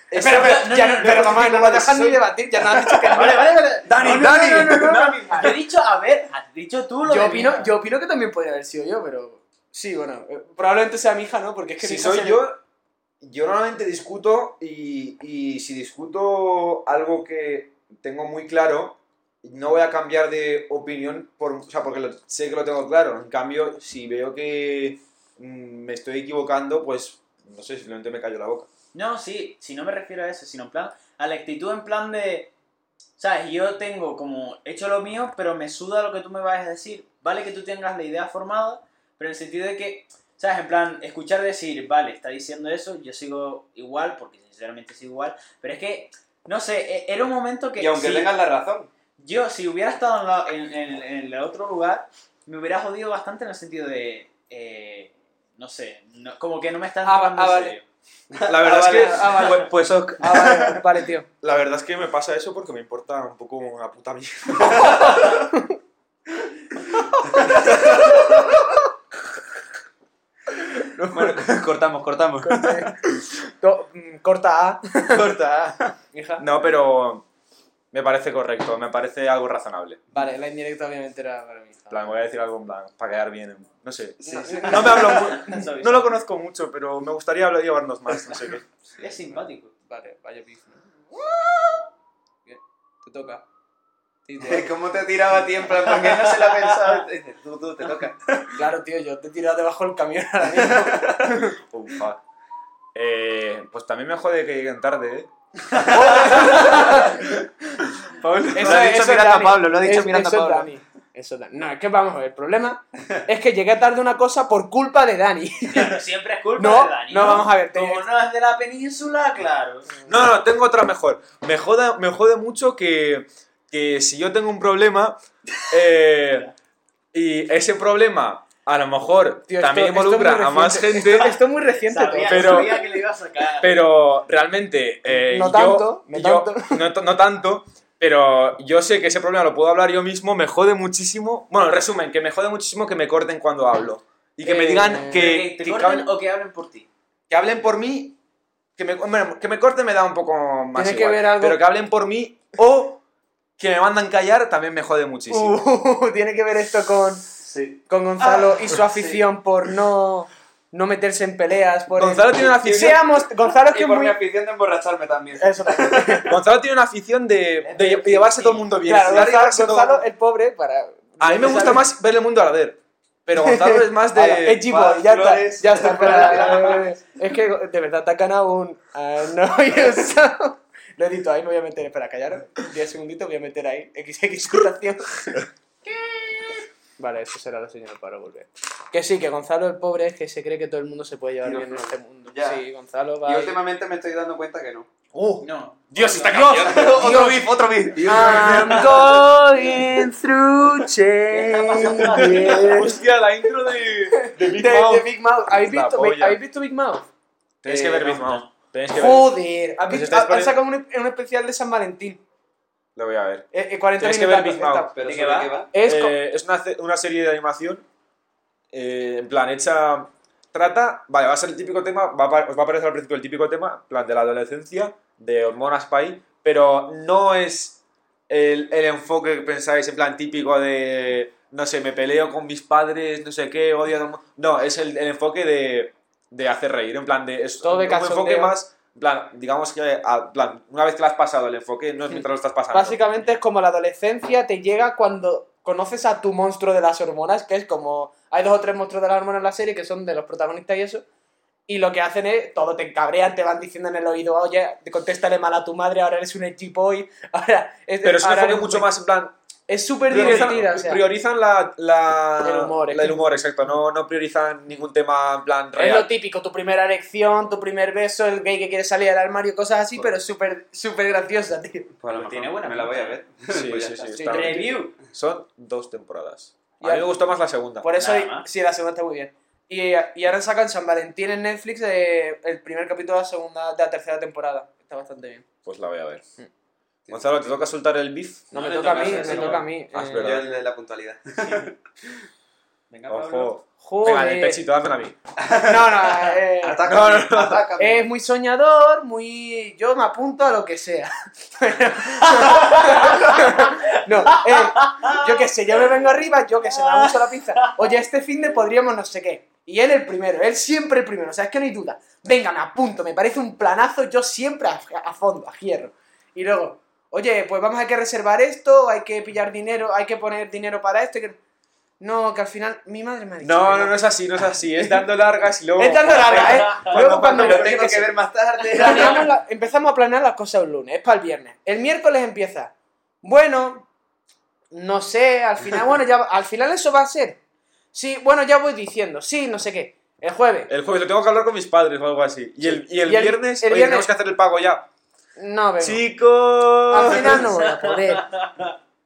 Espera,
pero-
pero,
no,
ya
no,
no-
no,
pero
no,
mamá, no nos dejas ni debatir, ya no has dicho que no.
Vale, vale, vale.
Dani,
No, no,
Dani,
no, no, no, no.
Dani.
Yo he dicho, a ver, a- dicho tú lo
yo
de
opino,
mi hija.
yo opino que también podría haber sido yo, pero. Sí, bueno. eh, Probablemente sea mi hija, ¿no? Porque es que mi
Si
hija
soy
se le-
yo, yo normalmente discuto y, y si discuto algo que tengo muy claro, no voy a cambiar de opinión por, o sea, porque lo- sé que lo tengo claro. En cambio, si veo que mm, me estoy equivocando, pues no sé, simplemente me callo la boca.
No, sí, si no me refiero a eso, sino en plan, a la actitud en plan de, sabes, yo tengo como hecho lo mío, pero me suda lo que tú me vayas a decir. Vale que tú tengas la idea formada, pero en el sentido de que, sabes, en plan, escuchar decir, vale, está diciendo eso, yo sigo igual, porque sinceramente sigo igual, pero es que, no sé, e- era un momento que...
Y aunque
sí,
tengas la razón,
yo, si hubiera estado en, la- en- en- en el otro lugar, me hubiera jodido bastante en el sentido de, eh, no sé, no- como que no me estás
Ah,
tomando
ah,
en
vale.
serio.
La verdad es que
Ah, vale.
pues- pues, os-
Ah, vale, vale, tío.
la verdad es que me pasa eso porque me importa un poco una puta mierda.
Bueno, cortamos, cortamos.
To- mm, Corta A,
Corta.
hija.
No, pero me parece correcto, me parece algo razonable.
Vale, la indirecta obviamente era para mi hija.
En plan, voy a decir algo en plan, para quedar bien. No sé.
No,
No me hablo mu-
Suavizado.
No lo conozco mucho, pero me gustaría hablar- llevarnos más, no sé qué.
Es simpático.
Vale, vaya pif. Bien, Te toca. Sí, tío.
¿Cómo te tiraba a ti en plan? ¿Por qué no se la pensaba? Dice, Tú, tú, te toca.
Claro, tío, yo te he tirado debajo del camión ahora mismo.
Oh, fuck. Eh, pues también me jode que lleguen tarde, ¿eh?
Pablo.
Eso-
lo ha
eso
dicho
es
mirando
Dani.
a Pablo, lo ha dicho
Es-
mirando a
eso es
Pablo.
Dani. Eso es Dani. No, es que vamos a ver, el problema es que llegué tarde a una cosa por culpa de Dani.
Pero siempre es culpa
No,
de Dani.
no, vamos a ver, te-
Como no es de la península, Ah, claro.
No, no, tengo otra mejor. Me jode, me jode mucho que, que si yo tengo un problema eh, y ese problema a lo mejor
Tío, esto-
también
esto es muy
involucra a más
reciente.
gente,
Esto es muy reciente todo.
Sabía,
pero-
sabía que le iba a sacar.
pero realmente... eh,
No
yo-
tanto, no
yo-
tanto.
no t- no tanto, pero yo sé que ese problema lo puedo hablar yo mismo, me jode muchísimo... Bueno, en resumen, que me jode muchísimo que me corten cuando hablo. Y que me
Eh,
digan
Pero
que...
te
que
corten
cab-
o que hablen por ti.
que hablen por mí, que me, bueno, que me corten me da un poco más
Tiene que
igual,
ver algo-
pero que hablen por mí o que me mandan callar también me jode muchísimo.
Uh, tiene que ver esto con, con Gonzalo
Ah.
y su afición por no, no meterse en peleas. Por
Gonzalo
el-
tiene una afición-
Seamos, Gonzalo es
Y
que
por
muy... Eh,
mi afición de emborracharme también.
Eso también.
Gonzalo tiene una afición de, de
Sí, sí,
llevarse
sí.
todo el mundo bien.
Claro,
de llevarse
Gonzalo,
todo-
Gonzalo, el pobre, para...
A mí me gusta más ver el mundo arder, pero Gonzalo es más
Ala,
de...
es G-Boy, ya está,
flores,
ya está, espera, eh, Es que de verdad te ha ganado un... ah, no, y eso... Lo edito ahí, me voy a meter, espera, callaron. 10 segunditos, voy a meter ahí. XX curación. Vale, eso será la señal para volver. Que sí, que Gonzalo el pobre es que se cree que todo el mundo se puede llevar
Dios,
bien en
no.
este mundo.
Ya.
Sí, Gonzalo va.
Y
ahí.
últimamente me estoy dando cuenta que no.
Uh.
No.
Dios, está
otro beef, otro beef.
Pues
I'm going through changes.
Hostia, la intro de, de
De,
Big
de
Mouth.
Big Mouth. ¿Habéis
La
visto,
polla.
¿Habéis visto Big Mouth?
Tenéis que ver Big Mouth. Eh, Tenéis que ver.
Joder, ¿has
Nos
visto-
estáis
han
poniendo-
sacado un, un especial de San Valentín.
Lo voy a ver.
Eh, eh, 40
Tienes que ver
minutacos,
Big Mouth.
está-
Pero
¿De
¿sobre
qué va?
qué va?
Es co-
Eh, es una, ce- una serie de animación. eh, en plan, hecha. Trata. Vale, va a ser el típico tema. Va a pa- os va a aparecer al principio el típico tema. en plan, de la adolescencia, de hormonas pay. Pero no es el, el enfoque que pensáis, en plan, típico de. No sé, me peleo con mis padres, no sé qué, odio. a todo el mu- No, es el, el enfoque de, de hacer reír. En plan, de. Es
Todo de
un
cachondeo.
enfoque más. en plan, digamos que. a- en plan, una vez que lo has pasado el enfoque, no es mientras lo estás pasando.
básicamente es como la adolescencia te llega cuando conoces a tu monstruo de las hormonas, que es como hay dos o tres monstruos de las hormonas en la serie que son de los protagonistas y eso. Y lo que hacen es, todo te cabrean, te van diciendo en el oído, oye, contéstale mal a tu madre, ahora eres un echipoy, ahora... es-
Pero es un
ahora
enfoque
eres
mucho más en plan.
Es súper
priorizan,
divertida, o sea,
priorizan la, la-
El humor,
la-
es
el
que-
humor, exacto. No, no priorizan ningún tema en plan
es lo
real.
típico, tu primera erección, tu primer beso, el gay que quiere salir del armario, cosas así,
Pues
pero es súper, súper graciosa, tío.
Pues a lo
Tiene
mejor
buena
Me la voy
pinta,
a ver.
Sí,
Pues ya
sí,
está.
sí,
Sí,
está bien.
Review.
Son dos temporadas.
Y
A mí
al-
me gustó más la segunda.
Por eso,
Nada más.
sí, la segunda está muy bien. Y, y ahora sacan San Valentín en Netflix eh, el primer capítulo de la segunda, de la tercera temporada. Está bastante bien.
Pues la voy a ver.
Mm.
Gonzalo, ¿te toca soltar el beef?
No,
No
me
le
toca a
toca
mí, eh.
a
me
ese,
toca a mí.
Ah, es
Eh,
verdad.
Yo en la puntualidad.
Venga, Pablo.
Ojo. Venga, en el
Joder.
pechito, dame a mí.
No, no, eh,
Atácame,
no, no.
atácame.
es muy soñador, muy. Yo me apunto a lo que sea. no, eh, yo qué sé, yo me vengo arriba, yo qué sé, me abuso la pizza. Oye, este fin de podríamos no sé qué. Y él el primero, él siempre el primero, o sea, es que no hay duda. Venga, me apunto, me parece un planazo, yo siempre a, a fondo, a hierro. Y luego, oye, pues vamos a que reservar esto, hay que pillar dinero, hay que poner dinero para esto. hay que- No, que al final mi madre me ha dicho.
No,
que
no, no es así, no es así. Es dando largas y luego.
es tan rara, ¿eh? Luego cuando
lo tengo que ver más tarde.
planeamos la- empezamos a planear las cosas el lunes, es para el viernes. El miércoles empieza. Bueno, no sé, al final, bueno, ya al final eso va a ser. Sí, bueno, ya voy diciendo, sí, no sé qué. El jueves.
El jueves lo tengo que hablar con mis padres o algo así. Y el, y el,
Y el-
viernes,
el
oye,
viernes-
tenemos que hacer el pago ya.
No, vengo.
Chicos.
Al final no voy a poder.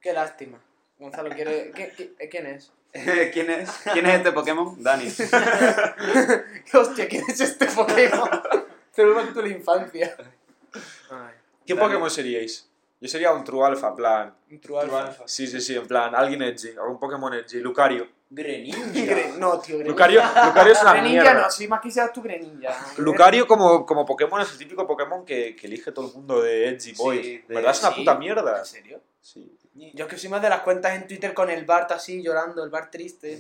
Qué lástima. Gonzalo quiere. ¿qué- qué- eh, ¿Quién es?
Eh, ¿Quién es? ¿Quién es este Pokémon? Dani.
Hostia, ¿quién es este Pokémon? Te lo de la infancia. Ay,
¿Qué Pokémon seríais? Yo sería un True Alpha, en plan.
un trual.
Sí, sí, sí, en plan. Alguien Edgy, algún Pokémon Edgy. Lucario.
Gre- No, tío, Greninja.
Lucario, Lucario es una
Greninja
mierda.
no, si más quisieras tú Greninja.
Lucario como, como Pokémon es el típico Pokémon que, que elige todo el mundo de Edgy Boy.
de-
¿Verdad? Es una
sí.
puta mierda.
¿En serio?
Sí.
Yo es que soy más de las cuentas en Twitter con el Bart así llorando, el Bart triste.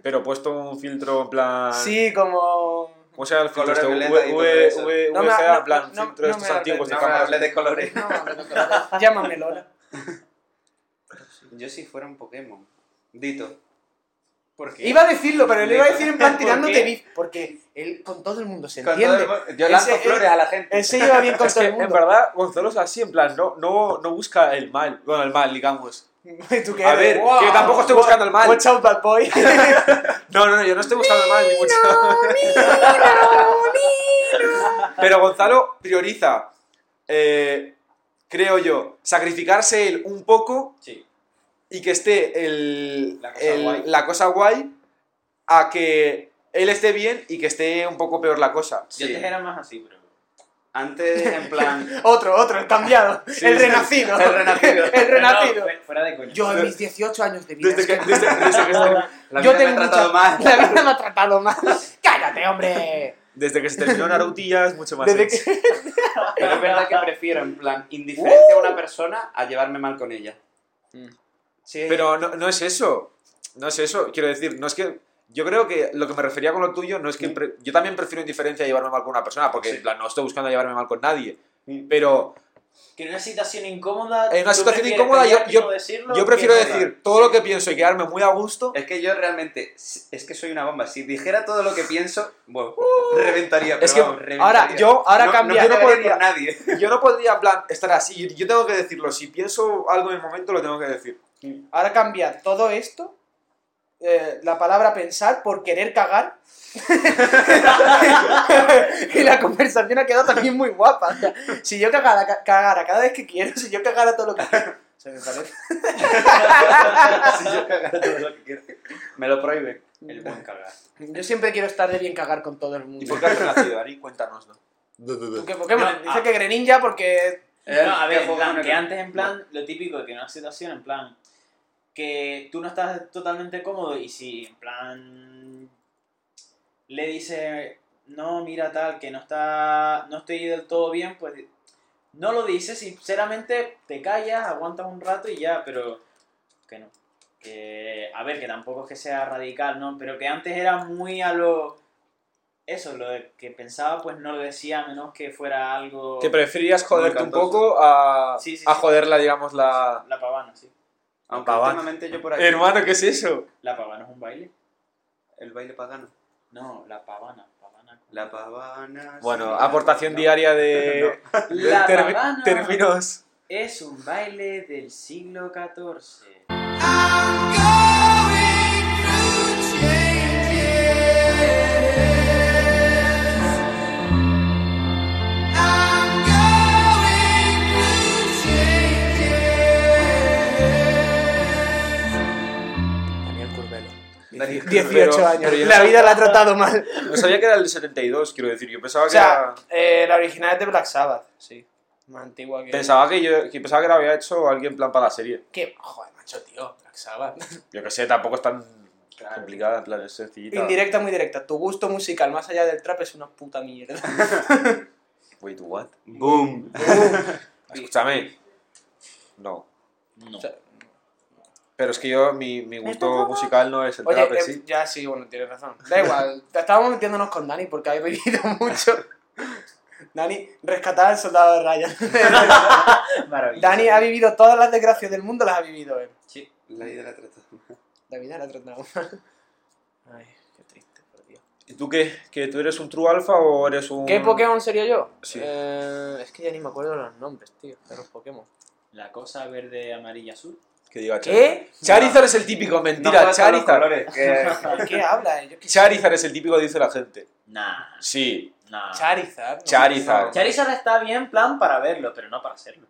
Pero puesto un filtro en plan.
Sí, como.
¿Cómo se llama el filtro?
Colores
Este,
violetas y
V,
todo
V,
eso.
V,
No me-
VGA, en
no-
plan,
no-
filtro de
no me
estos
da
antiguos de
pena.
No me
cámara.
hables de colores.
No, no, no, no. Llámame Lola.
Yo si fuera un Pokémon. Dito. ¿Por qué?
Iba a decirlo, pero le iba a decir en plan
¿Por
tirándote
qué?
bif. Porque él con todo el mundo se
Con todo
entiende.
el- Yo lanzo
Ese-
flores a la gente.
Él se lleva bien con
Es
todo
que,
el
en
mundo.
verdad, Gonzalo es así, en plan, no, no, no busca el mal. Bueno, el mal, digamos.
¿Y tú qué
A
eres?
ver,
Wow.
que yo tampoco estoy buscando el mal.
Watch out, bad boy.
No, no, no, yo no estoy buscando el mal, ni mucho. Pero Gonzalo prioriza, eh, creo yo, sacrificarse él un poco
Sí.
y que esté el,
La cosa
el-
guay.
la cosa guay a que él esté bien y que esté un poco peor la cosa.
Yo
Sí.
antes era más así, pero.
Antes, en plan.
otro, otro, el cambiado. el renacido.
El renacido.
El renacido.
Pero no, fu- fuera de coña.
Yo en mis 18 años de vida.
Desde
es
que,
que-
desde, desde que se,
La
Yo
vida me
tengo
ha tratado
mucha-
mal.
La vida me ha tratado mal. Cállate, hombre.
desde que se terminó Narutillas es mucho más
Desde
sexy.
Pero es verdad que prefiero, en plan, indiferencia a una persona a llevarme mal con ella. Mm. Sí.
Pero no, no es eso. No es eso. Quiero decir, no es que. Yo creo que lo que me refería con lo tuyo no es que. pre- yo también prefiero indiferencia a llevarme mal con una persona, porque en plan, no estoy buscando llevarme mal con nadie. Pero
Que en una situación incómoda.
En una
tú
situación
prefieres
incómoda, yo-
callar y
yo-
no decirlo
yo
que
prefiero
no
decir todo lo que pienso y quedarme muy a gusto.
Es que yo realmente, es que soy una bomba. Si dijera todo lo que pienso, bueno, reventaría. Pero
Es que
vamos, reventaría.
ahora yo- ahora
no,
cambia.
No quiero
Yo no
pelear
podría.
con nadie.
Yo no podría, en plan, estar así. Yo, yo tengo que decirlo. Si pienso algo en el momento, lo tengo que decir.
Ahora cambia todo esto, eh, la palabra pensar por querer cagar. y la conversación ha quedado también muy guapa. O sea, si yo cagara, ca- cagara cada vez que quiero, si yo cagara todo lo que quiero. O sea, me parece.
Si yo cagara todo lo que quiero. Me lo prohíbe.
hablar. El buen cagar.
Yo siempre quiero estar de bien cagar con todo el mundo.
¿Y por qué has renacido, Ari? Cuéntanoslo.
¿Tú qué Pokémon?
No,
Dice
ah. Eh,
que Greninja porque.
No, a ver, en plan, que antes, en plan, lo típico de que en una situación, en plan, que tú no estás totalmente cómodo y si, en plan, le dice, no, mira tal, que no está, no estoy del todo bien, pues no lo dices, sinceramente te callas, aguantas un rato y ya, pero que no. Que, a ver, que tampoco es que sea radical, ¿no? Pero que antes era muy a lo... Eso, lo de que pensaba, pues no lo decía, a menos que fuera algo...
Que preferías joderte un
cantoso.
poco a,
Sí, sí,
a
sí.
joderla, digamos, la.
La pavana, sí.
Aunque
Paván.
últimamente yo por aquí.
Hermano, ¿qué es eso?
¿La pavana es un baile?
El baile pagano.
No, la pavana. pavana con-
La pavana.
Bueno,
sí,
aportación
no.
diaria de.
La
ter-
pavana
Términos.
es un baile del siglo XIV.
Daniel Curvelo.
Daniel
18
Curvelo,
años.
pero yo-
La vida la ha tratado mal.
No sabía que era el 72, quiero decir. Yo pensaba
O
que
sea,
era-
eh, la original es de Black Sabbath, sí. Más antigua que.
Pensaba que, yo, que pensaba que lo había hecho alguien en plan para la serie.
Que, joder, macho, tío, Black Sabbath.
Yo que sé, tampoco es tan...
Es complicada, claro, es sencillita.
Indirecta, muy directa. Tu gusto musical más allá del trap es una puta mierda.
Wait, what?
Boom.
Escúchame. No.
No.
O sea,
Pero es que yo, mi, mi gusto musical no es el
Oye,
trap en
eh,
sí.
ya sí, bueno, tienes razón. Da igual, estábamos metiéndonos con Dani porque habéis vivido mucho. Dani, rescatar al soldado de Ryan.
Maravilloso.
Dani ha vivido todas las desgracias del mundo, las ha vivido él.
Sí.
La idea la trata.
La vida la ha tratado mal. Ay, qué triste, por Dios.
¿Y tú qué? ¿Que tú eres un true alfa o eres un...?
¿Qué Pokémon sería yo?
Sí.
Eh, es que ya ni me acuerdo los nombres, tío, de los Pokémon.
La cosa verde, amarilla, azul.
Que diga Charizard.
¿Qué?
Charizard es el típico, mentira, Charizard.
¿De qué habla? Yo qué sé.
Charizard es el típico, dice la gente.
Nah,
Sí,
nah.
Charizard. no,
Charizard.
no.
Charizard está bien plan para verlo, pero no para hacerlo.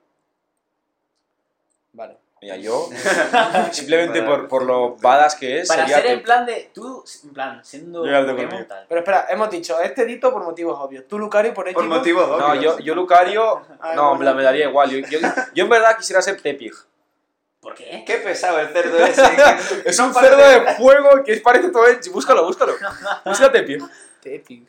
Vale.
mira, yo simplemente por, por lo badas que es,
Para
sería
hacer en
que-
plan de. Tú, en plan, siendo.
Yo ya lo tengo
Pokémon,
mío.
tal.
Pero espera, hemos dicho este dito por motivos obvios. Tú, Lucario, por ético.
Por motivos
No, yo, yo Lucario,
Ah,
no, me, la,
bueno.
me daría igual. Yo, yo, yo en verdad quisiera ser Tepig.
¿Por qué?
Qué pesado el cerdo ese.
Es un cerdo de fuego que parece todo hecho. Búscalo, búscalo. Busca Tepig.
Tepi.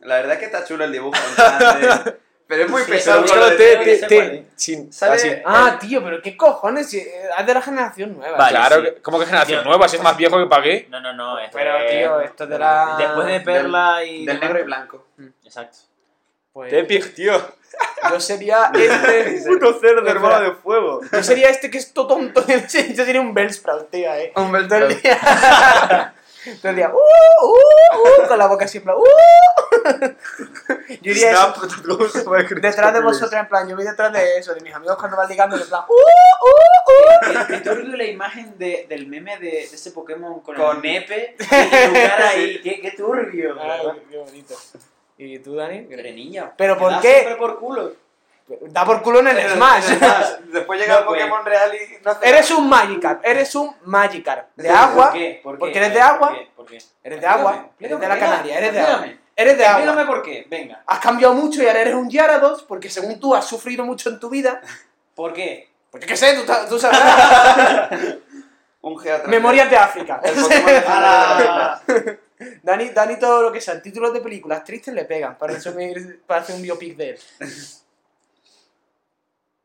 La verdad es que está chulo el dibujo. en plan de- Pero es muy
Sí,
pesado.
pero
Búscalo, te,
lo creo que
te,
sé cuál
te.
es.
Sin,
Sale-
así.
Ah, tío, pero qué cojones. si, eh, Haz de la generación nueva.
Vale,
Claro,
sí.
que- ¿cómo que generación
Yo-
nueva? Si es más viejo que pagué.
No, no, no. esto
Pero,
es-
tío, esto de la.
Después de Perla y.
Del negro y blanco.
Exacto.
Pues,
Tepig, tío.
yo sería este.
Puto cerdo,
Espera.
hermano de fuego.
Yo sería este que es todo tonto. Yo sería un Bellsprout, tío, eh. Un Bellsprout. Todo el día. Todo el día. Uh, uh, uh, con la boca siempre. Uh. Yo iría eso.
Snap, ¿cómo se llama?
detrás de vosotros, en plan, yo voy detrás de eso, de mis amigos cuando van ligando, en plan, ¡uh, uh, uh!
Qué turbio la imagen de, del meme de, de ese Pokémon con,
Con-
el nepe y tu cara ahí. Qué, qué turbio. ¿verdad?
qué bonito. ¿Y tú, Dani?
Pero niña.
¿Pero
te
por
da
qué?
siempre por culo.
Da por culo en el Smash.
Después llega el
No, pues.
Pokémon real y no hace
eres un Magikarp, eres un Magikarp. De
¿Por
agua,
¿Por qué? ¿Por qué?
porque eres de
¿Por
agua.
qué? ¿Por qué?
eres de agua, eres
Explícame,
de la
venga,
Canaria, eres de agua.
explícame.
Eres de
Explícame
agua.
por qué. Venga.
Has cambiado mucho y ahora eres un Gyarados, porque según tú has sufrido mucho en tu vida.
¿Por qué?
Porque qué sé, tú, ta- tú sabes.
un Geotra.
Memorias de África.
El Pokémon de-
Ah,
Dani, Dani, todo lo que sean títulos de películas tristes le pegan para, resumir- para hacer un biopic de él.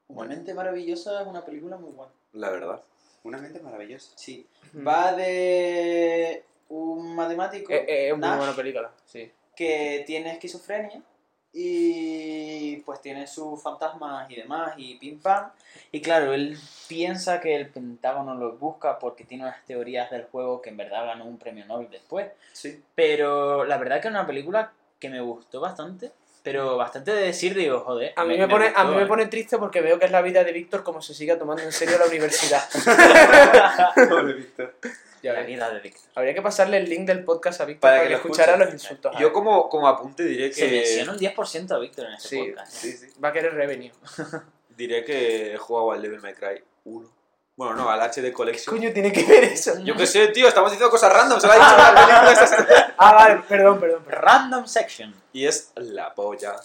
Humanamente maravillosa es una película muy buena.
La verdad.
Una mente maravillosa.
Sí. Va de un matemático
Mm. Eh, eh, es muy
Nash,
buena película, sí.
que tiene esquizofrenia y pues tiene sus fantasmas y demás y pim pam. Y claro, él piensa que el Pentágono lo busca porque tiene unas teorías del juego que en verdad ganó un premio Nobel después.
Sí.
Pero la verdad que es una película que me gustó bastante. Pero bastante de decir, digo, joder.
A mí me, pone, a
gustó,
mí me
eh.
pone triste porque veo que es la vida de Víctor como se sigue tomando en serio la universidad.
Pobre Víctor.
Ya
la
ves.
vida de Víctor.
Habría que pasarle el link del podcast a Víctor
Para
para,
que
que,
lo
escuchara Ah,
escuche.
los insultos. a
Yo
él.
como, como apunte diré
Se menciona
que,
un 10% a Víctor en este
Sí,
podcast. ¿eh?
Sí, sí.
Va a querer revenue. ¿Qué
diré que he jugado al Devil May Cry 1. Bueno, no, al HD Collection.
coño tiene que ver eso?
Yo qué sé, tío, estamos diciendo cosas random. Se lo ha dicho la película esa.
Ah, vale, perdón, perdón. perdón.
Random section.
Y es la polla.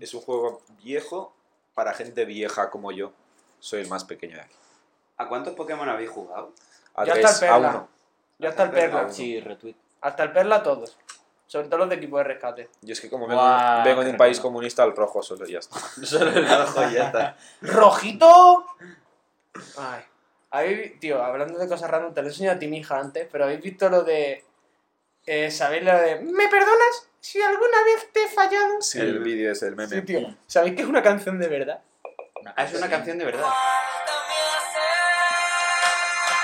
Es un juego viejo para gente vieja como yo. Soy el más pequeño de aquí.
¿A cuántos Pokémon habéis jugado?
A
Ya
tres,
está el
a
Perla.
uno.
Yo hasta el perla.
Sí, retweet.
Hasta el perla todos. Sobre todo los de equipo de rescate.
Yo es que como vengo,
Guau,
vengo de un país
caramba.
comunista, al rojo solo y ya está.
¡Rojito! Ay. Habéis vi- Tío, hablando de cosas random, te lo he enseñado a ti, mi hija, antes, pero habéis visto lo de. eh, ¿Sabéis lo de. ¿Me perdonas si alguna vez te he fallado?
El vídeo es el meme.
Sí, tío. ¿Sabéis que es una canción de verdad?
Ah, es una canción de verdad.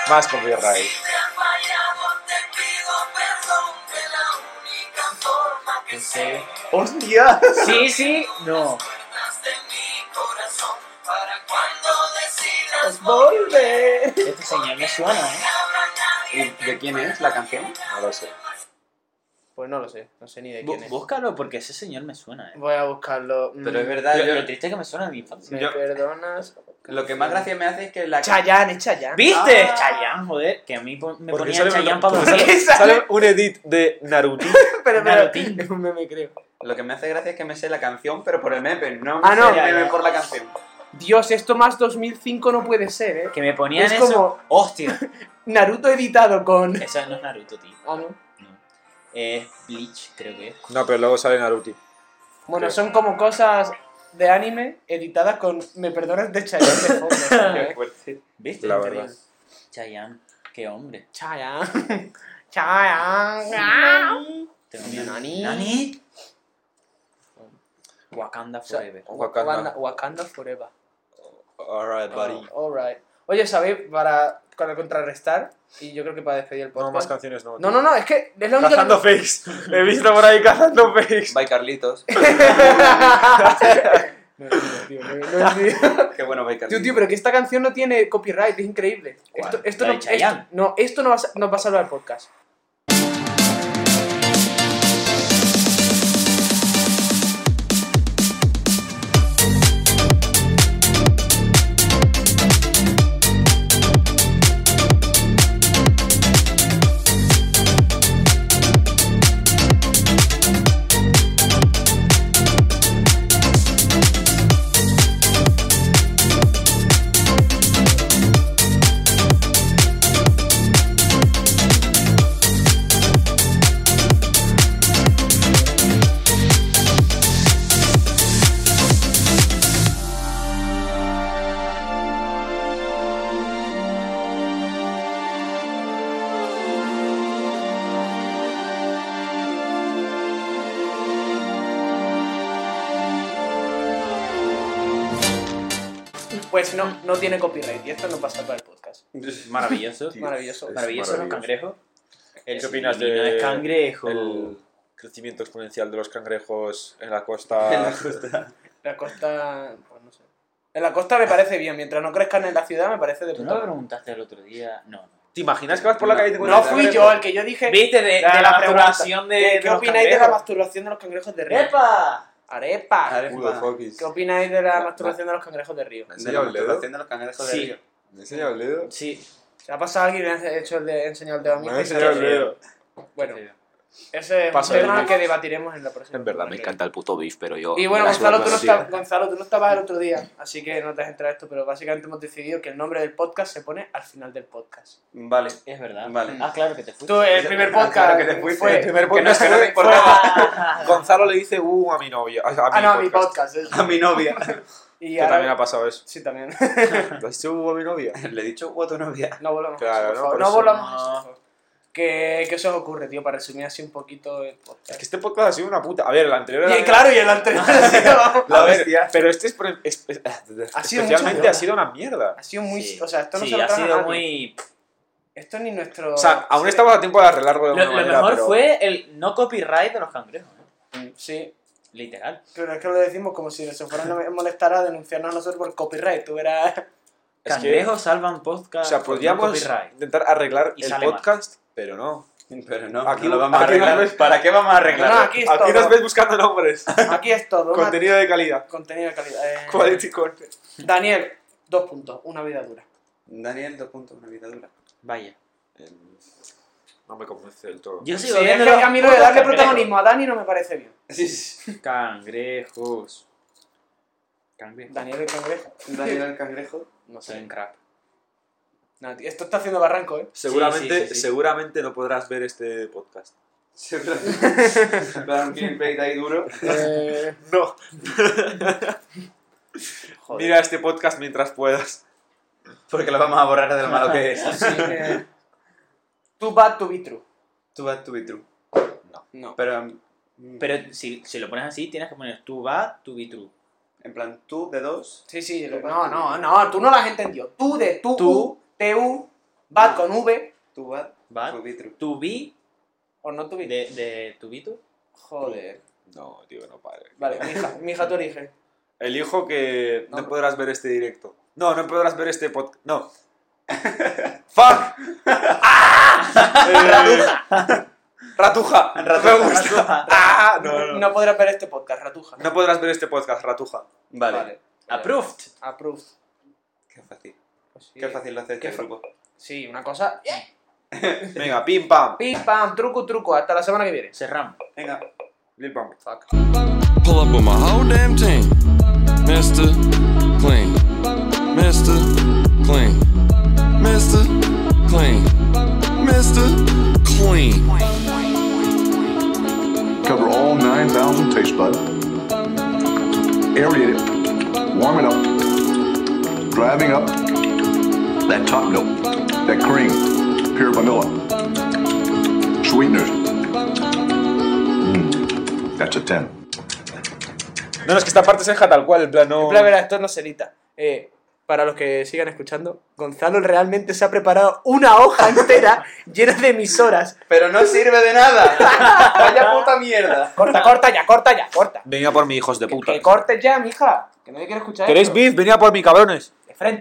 Más con Virrey.
¡Hostia!
Sí, sí. No.
Pues ¡Volver!
Este señor me suena, ¿eh?
¿Y de quién es la canción?
No lo sé.
Pues no lo sé, no sé ni de
Bú-
quién es.
Búscalo porque ese señor me suena, ¿eh?
Voy a buscarlo.
Pero es
Mm,
verdad,
Lo,
yo-
lo triste es que me suena de mi infancia.
¿Me
yo-
perdonas?
lo que más gracia me hace es que la
Chayanne, es Chayanne.
¿Viste?
Ah.
Chayanne, joder. Que a mí pon- me
Porque
ponía
sale-
Chayanne para
porque
dormir.
Sale un edit de Naruto.
Pero, pero,
Narutín.
es un meme, creo.
Lo que me hace gracia es que me sé la canción, pero por el meme, no me
Ah, no.
sé
Ya,
el meme
ya.
por la canción.
Dios, esto más 2005 no puede ser, ¿eh?
Que me ponían
Es
eso.
como-
Hostia.
Naruto editado con...
Eso no es Naruto, tío.
Ah, no.
Es Bleach, creo que es.
No, pero luego sale Naruto.
Bueno,
Sí.
son como cosas de anime editadas con... Me perdonas de Chayanne de fondo. ¿sabes?
¿Viste?
La
Increíble.
verdad.
Chayanne, qué hombre.
Chayanne. Chayanne.
Tengo miedo.
Nani.
Nani. Wakanda Forever.
Wakanda.
Wakanda, Oh. Wakanda Forever.
Alright, buddy.
All right. Oye, ¿sabéis? Para, para contrarrestar, y yo creo que para despedir el
No,
podcast.
más canciones no.
no, no, no, es que es la única.
Cazando
que-
fakes. He visto por ahí cazando fakes.
Bye, Carlitos.
No, no, tío, no, no, tío.
Qué bueno, Bye, Carlitos.
Tío, tío, pero que esta canción no tiene copyright, es increíble.
¿Cuál?
Esto, esto
¿La
no,
de Chayanne?
esto- no, esto no va, a sa- nos va a salvar el podcast. Pues no, no tiene copyright y esto nos va a salvar el podcast.
Maravilloso.
Maravilloso.
es
Maravilloso los cangrejos. El
¿Qué opinas de-
no es cangrejo.
El crecimiento exponencial de los cangrejos en la costa.
La costa. Pues no sé. En la costa me parece bien, mientras no crezcan en la ciudad me parece de
¿Tú
puta
no me
madre.
preguntaste el otro día? No, no.
¿Te imaginas que vas por la calle y te
No
encuentras
fui
cangrejos?
yo el que yo dije.
¿Viste de,
la
de
pregunta.
la masturbación de,
¿Qué,
de
qué
los
opináis de la
cangrejos?
masturbación de los cangrejos de río?
¡Epa!
Arepa.
Who the fuck is-
¿Qué opináis de la masturbación de los cangrejos de río?
¿Me
De
enseña
la
el dedo?
masturbación de los cangrejos de
Sí.
Río.
¿Me enseña el dedo?
Sí.
¿Se ha pasado alguien y le ha hecho el de enseñar el dedo a mí?
Me ha enseñado el dedo.
Bueno, ese es
Pasa
un
de
tema
mí.
que debatiremos en la próxima.
En verdad, me
encanta.
el puto beef, pero yo.
Y bueno, Gonzalo tú, no estabas, Gonzalo, tú no estabas el otro día, así que no te has enterado de esto, pero básicamente hemos decidido que el nombre del podcast se pone al final del podcast.
Vale.
Es verdad.
Vale.
Ah, claro que te fuiste.
Tú, el primer podcast
claro que te fuiste.
fue...
El primer
Que no,
podcast
que no te
fue-
importaba.
Gonzalo le dice uh a mi novia. A, a
Ah, no, a mi podcast. eso.
A mi novia.
Y
Que
ahora-
también ha pasado eso.
Sí, también.
¿Le has dicho uh a mi novia?
Le he dicho, "Uh, a tu novia.
No volvamos
Claro,
a eso, por
¿no?
favor. No,
Por
volvamos
eso
no.
a eso, por favor. ¿Qué, ¿Qué se os ocurre, tío, para resumir así un poquito el
Es
podcast?
que este podcast ha sido una puta. A ver, el anterior era.
Y claro, y el anterior tío,
La
La
bestia.
bestia.
Pero este es. por- es- es-
Ha sido
especialmente
mucho
ha sido una mierda.
ha sido muy...
Sí.
O sea, esto no
sí,
se lo
ha
trajo
sido
nadie.
muy...
Esto ni nuestro...
O sea, aún
sí,
estamos a tiempo de arreglarlo de
Lo,
alguna
lo
manera.
mejor
pero-
fue el no copyright de los cangrejos. ¿eh?
Sí,
Literal.
pero es que lo decimos como si se fueran a molestar a denunciarnos a nosotros por copyright. Tú verás...
Es que-
Cangrejos salvan podcast
O sea,
por no
podríamos
copyright.
intentar arreglar
Y
el
sale mal.
podcast, pero no.
Pero no,
Aquí
aquí no lo vamos a
aquí no
arreglar.
ves-
Pues, ¿Para qué vamos a
No,
arreglarlo?
no, aquí es
Aquí
todo.
nos ves buscando nombres.
Aquí es todo. una-
Contenido de calidad.
Contenido de calidad. eh.
Quality content.
Daniel, dos puntos. Una vida dura.
Daniel, dos puntos, una vida dura.
Vaya.
No me convence del todo.
Yo sigo
Sí, es
viendo
que a mí lo de
putos
darle
cangrejos.
protagonismo a Dani no me parece bien.
Sí, sí.
Cangrejos. Cangrejos.
Daniel el cangrejo.
Daniel el cangrejo.
No
Soy
sé.
un crap.
No, tío, esto está haciendo barranco, ¿eh?
Seguramente,
Sí, sí, sí, sí.
seguramente no podrás ver este podcast.
Seguramente. Para un clickbait ahí duro.
Eh, No. Mira este podcast mientras puedas.
Porque lo vamos a borrar de lo malo que es.
Así que. Too bad to be true.
Too bad to be true.
No.
Pero
Pero si, si lo pones así, tienes que poner tu va, tu be true.
en plan, tú de dos.
Sí, sí. lo- No, no, no. Tú no las entendido. Tú de tú,
Tú.
TU, bad con V,
Too bad
Bad.
to be true.
Tu be
o no tu
de,
vida.
de tu be true.
Joder.
No, tío, no padre.
Vale, mija, mija, tú origen.
Elijo que no,
No.
podrás ver este directo. No, no podrás ver este podcast. No. ¡Fuck! ¡Ah! Eh, Ratuja. Ratuja. Me gusta. Ah, no, no, no.
No podrás ver este podcast, ratuja.
No podrás ver este podcast, Ratuja.
Vale.
Approved.
Approved.
Qué fácil.
Pues sí.
Qué fácil lo hace
Qué
este
fa-
grupo.
Sí, una cosa.
Venga, pim pam.
Pim, pam, truco, truco. Hasta la semana que viene.
Cerramos.
Venga.
Pim pam.
Pull up with my whole damn team. Mr. Clean. Mr. Clean. Mr. Clean. Mr. Clean.
Cover all 9,000 taste buds. Aerate it. Warm it up. Driving up that top note, that cream, pure vanilla. Sweeteners. Mm, that's a 10.
No, no, es que esta parte se deja tal cual, en plan, no.
En plan, verá, esto no se edita. Eh, para los que sigan escuchando, Gonzalo realmente se ha preparado una hoja entera llena de emisoras.
Pero no sirve de nada. Vaya puta mierda.
Corta, corta ya, corta ya, corta.
Venía por mí, hijos de puta.
Que cortes ya, mija. Que no quiero escuchar
¿Queréis
esto.
beef? Venía por mí, cabrones.